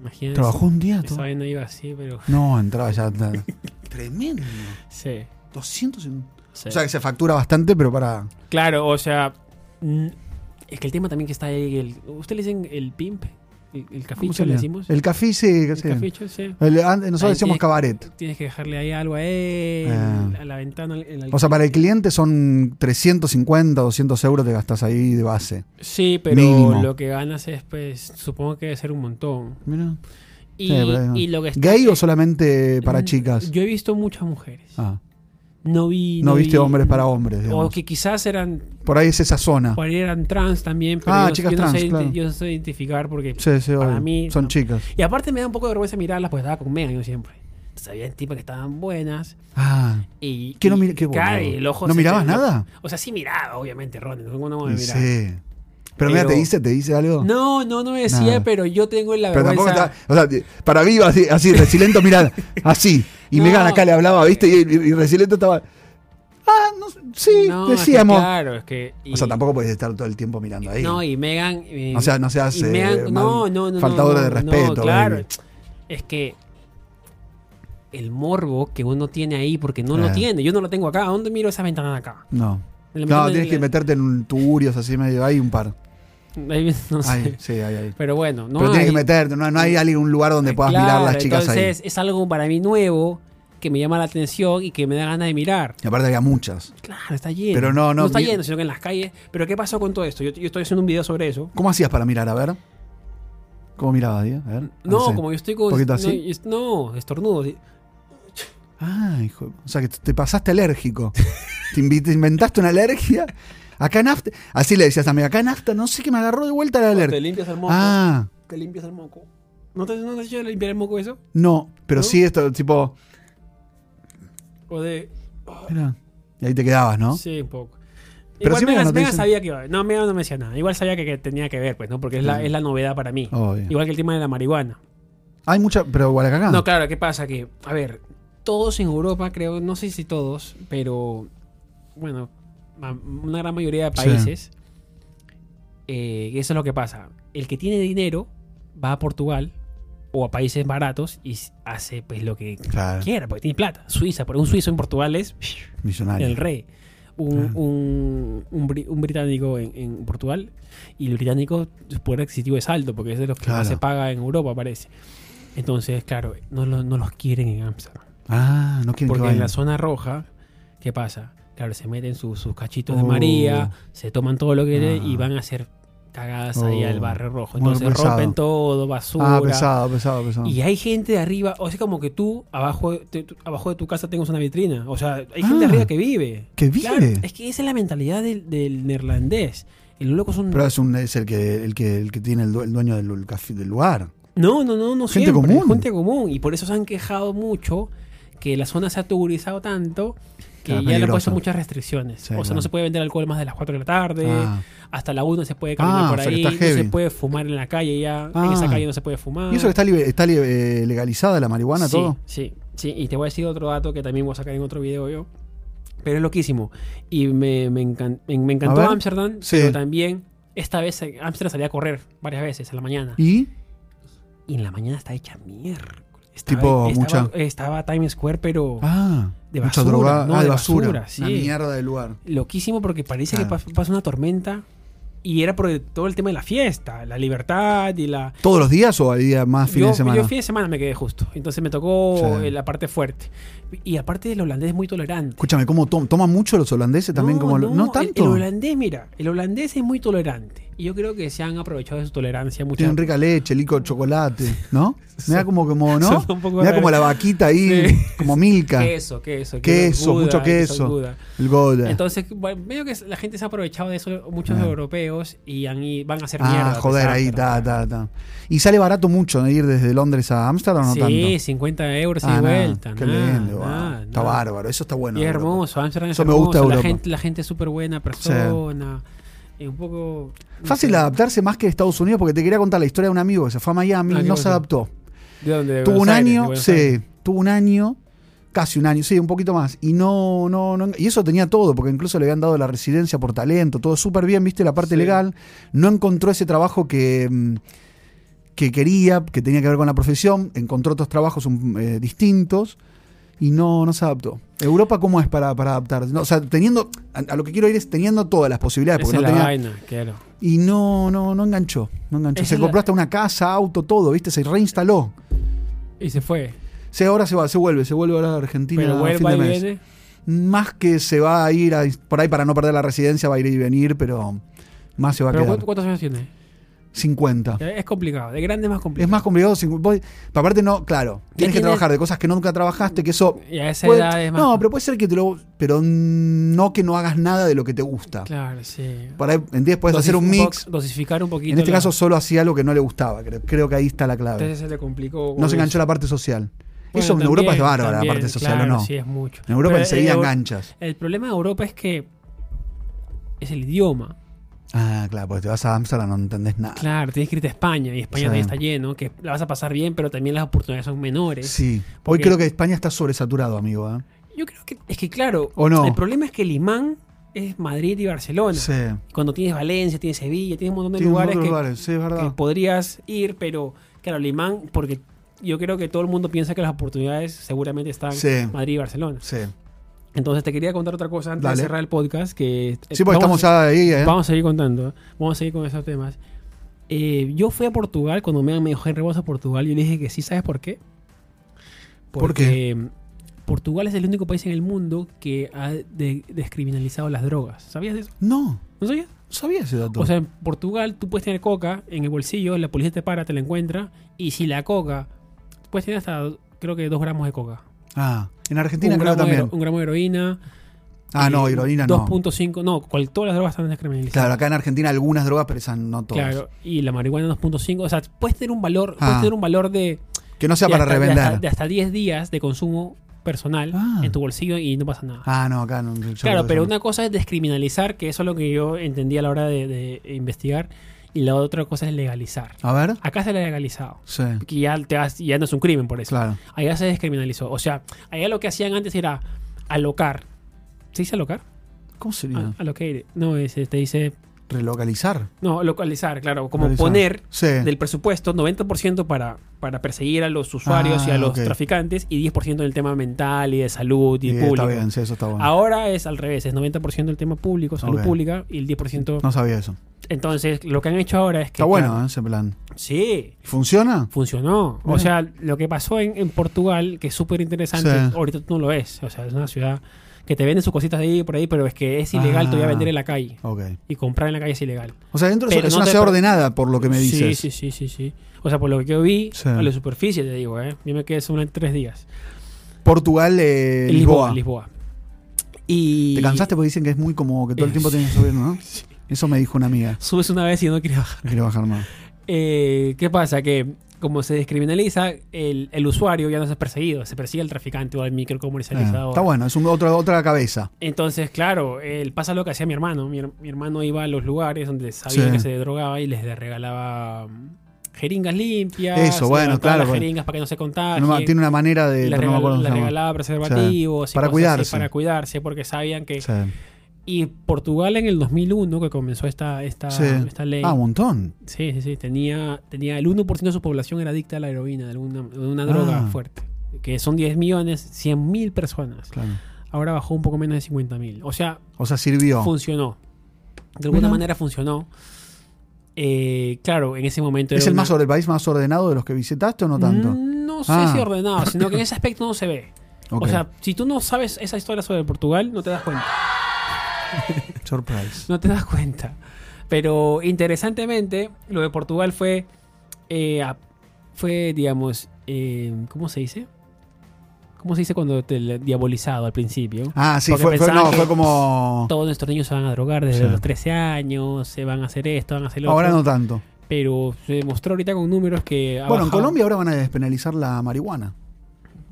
Imagínense.
¿Trabajó un día? todo?
Esa vaina iba así, pero.
No, entraba ya. ta- Tremendo.
Sí.
200. en-
sí.
O sea que se factura bastante, pero para.
claro, o sea. mm, Es que el tema también que está ahí. El, ¿Usted le dicen el pimp? ¿El, el caficho
se
le
llama?
decimos?
El café, sí. que
El
sí.
caficho, sí.
El- an- nosotros
Ahí
decíamos
tiene-
cabaret.
Tienes que dejarle ahí algo a él,
Ah.
a la ventana. el- el-
O sea, para el cliente son 350, 200 euros te gastas ahí de base.
sí, pero
mínimo.
lo que ganas es, pues, supongo que debe ser un montón.
Mira.
Y,
Sí, pero-
y lo que está-
¿Gay o solamente para
Mm,
chicas?
Yo he visto muchas mujeres.
Ah,
No vi.
no viste
vi-
hombres para hombres.
O
digamos.
que quizás eran.
Por ahí es esa zona.
por ahí eran trans también. Pero
Ah,
yo no-
chicas
yo no
trans,
sé, identi-
claro.
Yo no sé identificar porque.
Sí, sí,
para
obvio.
mí,
Son
no.
chicas.
Y aparte me da un poco de vergüenza mirarlas porque estaba con Megan yo siempre. Entonces había tipas que estaban buenas.
Ah,
Y.
¿qué no
y-
mir- qué
claro,
boludo.
y el ojo
¿No
se-
mirabas
se-
nada?
O sea, sí miraba, obviamente, Ron. No, no me
Y
miraba.
sí. Pero mira,
Pero-
¿te dice, te dice algo?
No, no, no me decía,
Nada.
pero yo tengo la
Pero tampoco
vergüenza.
está, o sea, te- para mí iba así, así Resilento mirá, así. Y
No.
Megan acá le hablaba, ¿viste? Y, y- y Resilento estaba. Ah, no, sí,
No, es que
decíamos.
claro, es que. y-
O sea, tampoco puedes estar todo el tiempo mirando ahí.
No, y Megan. eh,
O sea, no seas,
y
eh,
Meghan-
mal-
no, no, no,
faltadora
no,
de
no,
respeto,
no, claro.
baby.
Es que el morbo que uno tiene ahí, porque no lo
Claro.
tiene, yo no lo tengo acá. ¿A dónde miro esa ventana de acá?
no.
Le
Eh. No,
meto en
tienes que
el-
meterte en un tuburios así medio. Hay un par.
ahí, no sé.
Ahí, sí, hay, hay.
Pero bueno, no
Pero tienes
hay-
que meterte, no, no hay alguien, un lugar donde puedas
Claro,
mirar las chicas
entonces
ahí.
es algo para mí nuevo que me llama la atención y que me da ganas de mirar.
Y aparte había muchas.
Claro, está lleno.
Pero no, no,
está
mi-
lleno, sino que en las calles. Pero ¿qué pasó con todo esto? Yo, yo estoy haciendo un video sobre eso.
¿Cómo hacías para mirar? A ver. ¿Cómo mirabas, Diego? A ver.
No,
sé.
como yo estoy con.
Ah, ¿Poquito
no,
así?
es- No, estornudo. sí.
Ah, hijo. O sea, que te pasaste alérgico. te invi- te inventaste una alergia. Acá en afta. Así le decías a mí, acá en afta, no sé qué me agarró de vuelta la
Te
alergia.
limpias el moco.
Ah,
Te limpias el moco. ¿No te, no te has hecho limpiar el moco eso?
no. Pero
¿No?
sí, esto, tipo.
O de.
Mira. Y ahí te quedabas, ¿no?
Sí, un poco.
Pero
Igual
sí,
Megan,
Megan, no te
Megan
dicen-
sabía que iba. No, Megan no me decía nada. Igual sabía que, que tenía que ver, pues, ¿no? Porque es la,
Claro.
es la novedad para mí.
Obvio.
Igual que el tema de la marihuana.
Hay mucha. Pero igual acá.
No, claro, ¿qué pasa? Que, a ver, todos en Europa, creo, no sé si todos, pero. Bueno, ma- una gran mayoría de
Sí.
países. eh, eso es lo que pasa. El que tiene dinero va a Portugal o a países baratos y s- hace pues lo que
Claro,
quiera, porque tiene plata. Suiza, por un suizo en Portugal es
millonario.
el rey. Un,
Claro.
un- un bri- un británico en, en Portugal y el británico su poder adquisitivo es alto porque es de los que
Claro.
más se paga en Europa, parece. Entonces, claro, no, lo- no los quieren en Amsterdam.
Ah, no quieren
Porque
que
en la
vayan.
zona roja, ¿qué pasa? Claro, se meten sus- sus cachitos de
Oh.
María, se toman todo lo que le-
Ah.
y van a hacer cagadas ahí
Oh.
al barrio rojo.
Muy
Entonces
pesado.
rompen todo, basura.
Ah, pesado, pesado, pesado.
Y hay gente de arriba, o sea, como que tú abajo, te- tú- abajo de tu casa tengas una vitrina. O sea, hay gente de
Ah,
arriba que vive.
que vive.
es que esa es la mentalidad del, del neerlandés. El loco son.
Pero es, un, es el, que, el, que, el que tiene el, due- el dueño del, lu- café- del lugar.
no, no, no, no
gente
siempre,
común.
Gente común. Y por eso se han quejado mucho que la zona se ha tugurizado tanto que
Claro,
ya le han
peligroso.
puesto muchas restricciones.
Sí,
o sea, no
claro.
se puede vender alcohol más de las 4 de la tarde.
Ah.
Hasta la 1 se puede caminar
Ah,
por
o sea, que
ahí.
está
No se
heavy.
puede fumar en la calle ya. En
Ah.
esa calle no se puede fumar.
¿Y eso que está, libe- está libe- eh, legalizada la marihuana,
sí,
todo?
Sí, sí. Y te voy a decir otro dato que también voy a sacar en otro video yo. Pero es loquísimo. Y me, me encan- me- me
A
encantó
ver.
Amsterdam,
Sí.
pero también esta vez eh, Amsterdam salía a correr varias veces en la mañana. Y,
¿Y?
en la mañana está hecha mierda.
Tipo,
estaba,
mucha-
estaba Times Square, pero
Ah,
De
mucha
basura,
droga.
no,
ah,
de
de basura.
basura, sí.
Una mierda de lugar.
loquísimo porque parece que
Claro.
pas- pasa una tormenta. Y era por el- todo el tema de la fiesta, la libertad y la,
¿Todos los días o había más fines
yo,
Ah, de semana?
yo fin de semana me quedé justo. Entonces me tocó
Sí.
eh, la parte fuerte. Y aparte el holandés es muy tolerante.
Escúchame, ¿cómo tom- toman mucho los holandeses también? como lo- no,
el-
tanto.
El, holandés, mira, el holandés es muy tolerante. Y yo creo que se han aprovechado de su tolerancia mucho.
Tienen rica leche, licor, chocolate, ¿no? Me da como, como ¿no?
son un poco
Me da
raros.
como la vaquita ahí,
Sí.
como milka.
Queso, queso,
Queso, mucho
Gouda,
queso.
Gouda.
El Gouda.
Entonces, bueno, medio que la gente se ha aprovechado de eso, muchos
Ah.
europeos europeos y han i- van a hacer
Ah,
mierda.
joder,
pues,
ahí,
Ámsterdam.
ta, ta, ta. ¿Y sale barato mucho ir desde Londres a Ámsterdam o no
sí,
tanto?
50 euros y
Ah, nada,
vuelta.
Qué
nada,
lindo, wow.
nada,
Está
nada.
bárbaro, eso está bueno.
y es
Europa.
hermoso, Amsterdam es
Eso me
hermoso,
gusta
la
Europa.
gente, la gente es súper buena persona, es un poco... no
Fácil
sé,
adaptarse más que Estados Unidos, porque te quería contar la historia de un amigo que se fue a Miami,
Ah, ¿qué
no se
pasó?
adaptó.
¿de dónde? ¿De
Tuvo un
Buenos Aires? ¿De
año,
Buenos Aires?
sí, eh, tuvo un año, casi un año, sí, un poquito más. Y no, no, no, y eso tenía todo, porque incluso le habían dado la residencia por talento, todo súper bien, viste, la parte
Sí.
legal. No encontró ese trabajo que, mm, que quería, que tenía que ver con la profesión, encontró otros trabajos mm, eh, distintos y no, no se adaptó. ¿Europa cómo es para, para adaptar? No, o sea, teniendo, a, a lo que quiero ir es teniendo todas las posibilidades,
Esa
porque
es
no
la
tenía,
vaina, claro.
y no, no, no enganchó, no enganchó.
Es
Se
la-
compró hasta una casa, auto, todo, viste, se reinstaló.
Y se fue.
Sí, ahora se va, se vuelve, se vuelve ahora a Argentina
Pero
a fin
vuelva
de
y
mes.
viene.
Más que se va a ir a- por ahí para no perder la residencia, va a ir y venir, pero más se va a
Pero
quedar.
¿cuánto- ¿cuántos años tiene?
50.
Es complicado, de grande es más complicado.
Es más complicado. cincu- vos- pero aparte, no, claro, tienes que
tiene-
trabajar de cosas que nunca trabajaste, que eso.
Y a esa
puede-
edad es más...
no, pero puede ser que te lo. Pero no que no hagas nada de lo que te gusta.
Claro, sí.
Por ahí, ¿entendés? Puedes
Dosi-
hacer un
po-
mix.
Dosificar un poquito.
En este
la-
caso, solo hacía lo que no le gustaba. Creo, creo que ahí está la clave.
Entonces se le complicó.
No se enganchó la parte social. Eso en Europa es bárbara, la parte social, ¿o no?
Sí, es mucho.
En Europa
Pero,
enseguida
eh,
enganchas.
El problema de Europa es que es el idioma.
Ah, claro, porque te vas a Amsterdam no entendés nada.
Claro, tienes que irte a España y España
Sí.
también está lleno, que la vas a pasar bien, pero también las oportunidades son menores.
Sí. Hoy
Porque-
creo que España está sobresaturado, amigo. ¿eh?
Yo creo que es que claro,
¿O no?
el problema es que el imán es Madrid y Barcelona.
Sí.
Cuando tienes Valencia, tienes Sevilla, tienes un montón de
Tiene
lugares
otros
que,
lugares, sí, es
que
verdad.
podrías ir, pero claro, el imán porque yo creo que todo el mundo piensa que las oportunidades seguramente están
Sí.
en Madrid y Barcelona.
Sí.
Entonces te quería contar otra cosa antes
Dale.
de cerrar el podcast que eh,
Sí, porque
vamos
estamos ya ahí, ¿eh?
Vamos a seguir contando. Vamos a seguir con esos temas. Eh, yo fui a Portugal cuando me, me dijo Henry, vamos a Portugal. Yo le dije que sí, ¿sabes por qué?
¿Por
Porque mm, Portugal es el único país en el mundo que ha de- descriminalizado las drogas. ¿Sabías de eso?
No,
¿No sabías?
no sabía ese dato.
O sea, en Portugal tú puedes tener coca en el bolsillo, la policía te para, te la encuentra. Y si la coca, puedes tener hasta creo que dos gramos de coca.
ah, en Argentina
Un
creo
gramo, de,
también.
hero- un gramo de heroína.
ah, no,
eh,
heroína no.
2.5, no, cual- todas las drogas están descriminalizadas.
Claro, acá en Argentina algunas drogas, pero esas no todas.
Claro, y la marihuana 2.5, o sea, puedes tener un valor,
Ah.
puedes tener un valor de,
Que no sea
de
para
hasta, de
revender.
hasta- de hasta 10 días de consumo personal
Ah.
en tu bolsillo y no pasa nada.
Ah, no, acá no. yo creo
claro,
que
pero
no.
una cosa es descriminalizar, que eso es lo que yo entendí a la hora de, de investigar, y la otra cosa es legalizar.
A ver.
Acá se ha legalizado,
Sí,
que ya, te has- ya no es un crimen por eso.
claro.
Allá se descriminalizó, o sea, allá lo que hacían antes era alocar. ¿Se dice alocar? Ah,
¿Cómo sería?
Al- allocated. No, es, te dice...
Relocalizar.
No, localizar, claro, como
Localizar.
poner
Sí.
del presupuesto, 90% para, para perseguir a los usuarios
Ah,
y a los
ok.
traficantes y 10% en el tema mental y de salud y,
Y
de
está
público.
bien, sí, eso está bueno.
Ahora es al revés, es 90% el tema público, salud
Ok.
pública y el 10%.
No sabía eso.
Entonces, lo que han hecho ahora es que...
Está bueno,
claro,
¿eh? ese plan.
Sí,
¿Funciona?
funcionó.
Bien.
O sea, lo que pasó en, en Portugal, que es súper interesante,
Sí.
ahorita tú no lo ves. O sea, es una ciudad que te venden sus cositas de ahí y por ahí, pero es que es ilegal
Ah.
todavía vender en la calle.
Ok.
Y comprar en la calle es ilegal.
O sea, dentro
Pero
es
no
una
te
ciudad
per-
ordenada, por lo que me dices.
Sí, sí, sí, sí, sí. O sea, por lo que yo vi,
Sí.
a la superficie te digo, ¿eh? Yo me quedé solo en tres días.
Portugal, eh,
En
Lisboa.
Lisboa. Lisboa. Y...
Te cansaste porque dicen que es muy como que todo el tiempo tienes que subir, ¿no? Eso me dijo una amiga.
Subes una vez y no quieres bajar.
No quiero bajar más.
Eh, ¿Qué pasa? Que como se descriminaliza, el, el usuario ya no es perseguido. Se persigue al traficante o al
Ah,
microcomercializador.
está bueno, es un- otra, otra cabeza.
Entonces, claro, él pasa lo que hacía mi hermano. Mi, her- mi hermano iba a los lugares donde sabía
Sí.
que se drogaba y les regalaba mm, jeringas limpias.
Eso, bueno,
levantaba
claro,
Las
porque-
jeringas para que no se contagien.
No me- tiene una manera de.
Ah, la,
pero no me
regal-
acuerdo
la
cómo se llama.
regalaba preservativos y
Para
cosas así,
cuidarse.
para cuidarse porque sabían que
Sí.
y Portugal en el 2001 que comenzó esta esta,
Sí.
esta ley
Ah, un montón.
sí sí sí tenía tenía el 1% de su población era adicta a la heroína de alguna de una droga
Ah.
fuerte que son 10 millones 100 mil personas
Claro.
ahora bajó un poco menos de 50 mil o sea
O sea, sirvió.
funcionó de alguna
Mira.
manera funcionó Eh, claro en ese momento
¿Es
era
el, más,
una-
or- el país más ordenado de los que visitaste o no tanto?
no sé
Ah.
si ordenado sino que en ese aspecto no se ve
Ok.
Mm, o sea, si tú no sabes esa historia sobre Portugal, no te das cuenta.
Surprise.
No te das cuenta. Pero interesantemente, lo de Portugal fue, eh, a- fue digamos, eh, ¿cómo se dice? ¿Cómo se dice cuando te le- diabolizado al principio?
Ah, sí,
Porque
fue, fue-
pensaban
no,
que
fue como.
Todos nuestros niños se van a drogar desde
Sí.
los 13 años, se van a hacer esto, van a hacer lo
Ahora
otro.
no tanto.
Pero se demostró ahorita con números que. ha
Bueno, en
bajado.
Colombia ahora van a despenalizar la marihuana.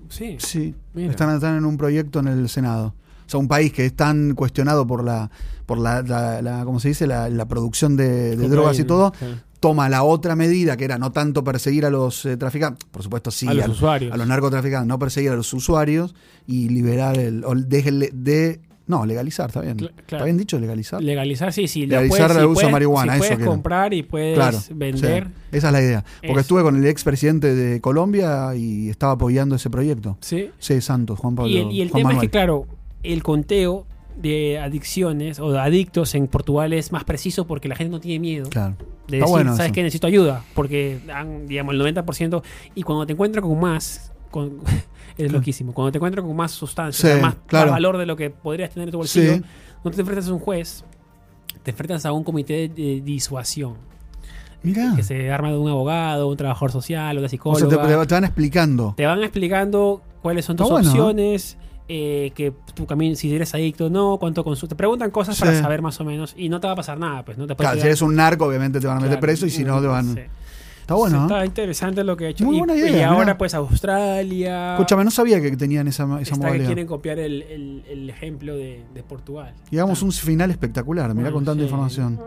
Sí.
Sí.
Mira.
Están, están en un proyecto en el Senado. O sea, un país que es tan cuestionado por la, por la, la- la- ¿cómo se dice? La, la producción de, de
Cocaína,
drogas y todo,
sí.
toma la otra medida, que era no tanto perseguir a los eh, traficantes, por supuesto sí,
a los usuarios.
a los narcotraficantes, no perseguir a los usuarios y liberar el, o déjenle de, no, legalizar, está bien.
Cla-
¿Está
claro.
bien dicho legalizar?
Legalizar, sí, sí. la
Legalizar el
puedes- si
uso de
puedes-
marihuana,
si
eso
puedes
quiero.
comprar y puedes
Claro.
vender.
sí. Esa es la idea. Porque
Eso.
estuve con el expresidente de Colombia y estaba apoyando ese proyecto.
Sí.
Sí, Santos, Juan Pablo.
Y el, y el
Juan
tema es
Manuel.
que, claro, el conteo de adicciones o de adictos en Portugal es más preciso porque la gente no tiene miedo
Claro.
de
Está
decir,
bueno
¿sabes
eso.
qué? Necesito ayuda, porque dan, digamos, el 90%, y cuando te encuentras con más, con- es loquísimo, cuando te encuentras con más sustancia,
Sí,
o sea, más, más
claro.
valor de lo que podrías tener en tu bolsillo,
Sí.
no te enfrentas a un juez, te enfrentas a un comité de, de disuasión,
Mirá.
que se arma de un abogado, un trabajador social, una
Ah. O
psicóloga.
sea, te, te van explicando.
Te van explicando cuáles son tus
Está bueno, ¿eh?
opciones, eh, que tu camino, si eres adicto o no, cuánto consumes. Te preguntan cosas para
Sí.
saber más o menos y no te va a pasar nada, pues no te puedes
Claro, si
quedar-
eres un narco, obviamente te van a meter
claro,
preso y si no, te van.
sí.
Está bueno. ¿eh?
Está interesante lo que ha hecho.
Muy
y,
buena
y
idea,
ahora
mirá.
pues Australia.
Escúchame, no sabía que tenían esa, esa
está que
modalidad.
quieren copiar el, el- el ejemplo de, de Portugal.
Llegamos a un final espectacular, mirá
Bueno,
con tanta
sí.
información. Nos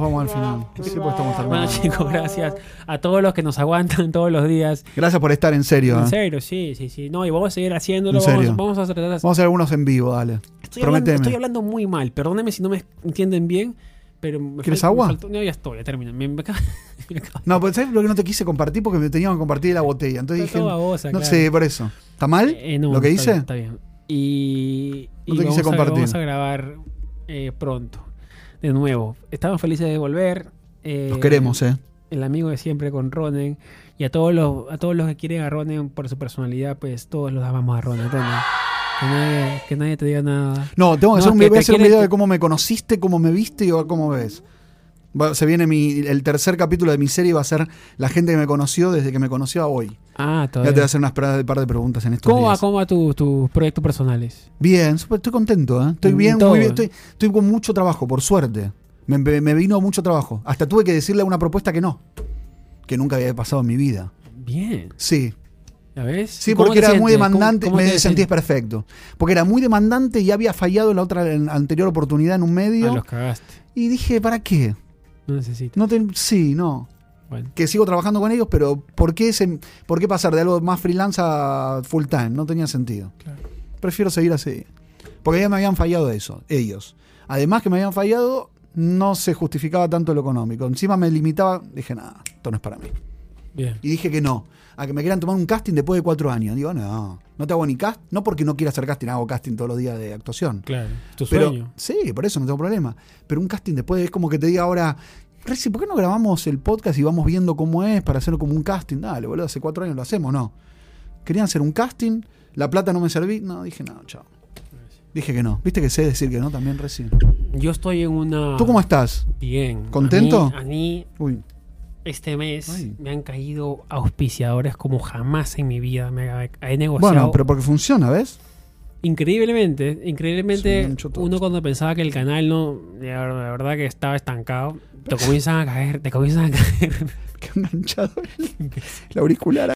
vamos al final. Sí, pues, estamos
Ah.
terminando.
Bueno Eh, chicos, gracias a todos los que nos aguantan todos los días.
Gracias por estar en serio. ¿eh?
En serio, sí, sí, sí. No, y vamos a seguir haciéndolo.
En
Vamos,
serio.
vamos a tratar de
Vamos a hacer algunos en vivo, dale.
Estoy hablando,
Prométeme.
estoy hablando muy mal, perdónenme si no me entienden bien, pero... me
¿Quieres
falta- me
agua?
faltó- no, ya estoy, ya termino. Me, me acaba- me acaba-
No, pues ¿sabes lo que no te quise compartir? Porque me tenían que compartir la botella. Entonces
Está
dije.
toda babosa,
no
claro.
sé, por eso. ¿Está mal?
Eh, no,
¿Lo que
está
hice?
bien, Está bien. Y,
No
y
te quise
vamos, a,
compartir.
vamos a grabar eh, pronto, de nuevo. Estamos felices de volver. eh,
Los queremos, ¿eh?
El amigo de siempre con Ronen. Y a todos los, a todos los que quieren a Ronen por su personalidad, pues todos los amamos a Ronen. Ronen. Que nadie, que nadie te diga nada.
No, tengo que
No,
hacer un,
que
voy a
te
hacer un
quieren-
video de cómo me conociste, cómo me viste y cómo me ves. Va- se viene mi, el tercer capítulo de mi serie va a ser la gente que me conoció desde que me conoció a hoy.
Ah,
Ya te voy a
todavía.
hacer unas pra- par de preguntas en estos
¿Cómo va,
días.
cómo va tu- tus proyectos personales?
Bien, súper- estoy contento, ¿eh? Estoy
Mm,
bien,
todo.
muy bien. Estoy, estoy con mucho trabajo, por suerte. Me, me- me vino mucho trabajo. Hasta tuve que decirle una propuesta que no, que nunca había pasado en mi vida.
Bien,
Sí,
¿ya ves?
sí,
¿Cómo
porque
te
era muy
sientes? ¿Cómo-
demandante,
cómo te
me
sientes?
sentí perfecto. Porque era muy demandante y había fallado en la otra en la anterior oportunidad en un medio.
Ah, los cagaste.
Y dije, ¿para qué?
No necesitas.
No te- sí, no.
Bueno,
Que sigo trabajando con ellos, pero ¿por qué, ese- ¿por qué pasar de algo más freelance a full time? No tenía sentido.
Claro.
Prefiero seguir así. Porque ya me habían fallado eso, ellos. Además que me habían fallado, no se justificaba tanto lo económico. Encima me limitaba, dije, nada, esto no es para mí.
bien.
Y dije que no, a que me quieran tomar un casting después de cuatro años. Digo, no, no te hago ni cast, no porque no quiera hacer casting, hago casting todos los días de actuación.
Claro, tu
Pero,
sueño.
sí, por eso no tengo problema. Pero un casting después es como que te diga ahora, Reci, ¿por qué no grabamos el podcast y vamos viendo cómo es para hacer como un casting? Dale, boludo, hace cuatro años lo hacemos, no. Querían hacer un casting, la plata no me serví, no, dije no, chao. Dije que no. Viste que sé decir que no también recién.
Yo estoy en una...
¿Tú cómo estás?
Bien.
¿Contento?
A mí, a mí
Uy,
este mes
Ay.
me han caído auspiciadores como jamás en mi vida. Me ha- he negociado
bueno, pero porque funciona, ¿ves?
increíblemente.
Se me
Increíblemente,
han hecho todos.
uno cuando pensaba que el canal no... La ver- la verdad que estaba estancado. Te comienzan a caer, te comienzan a caer
Que enganchado el, el auricular.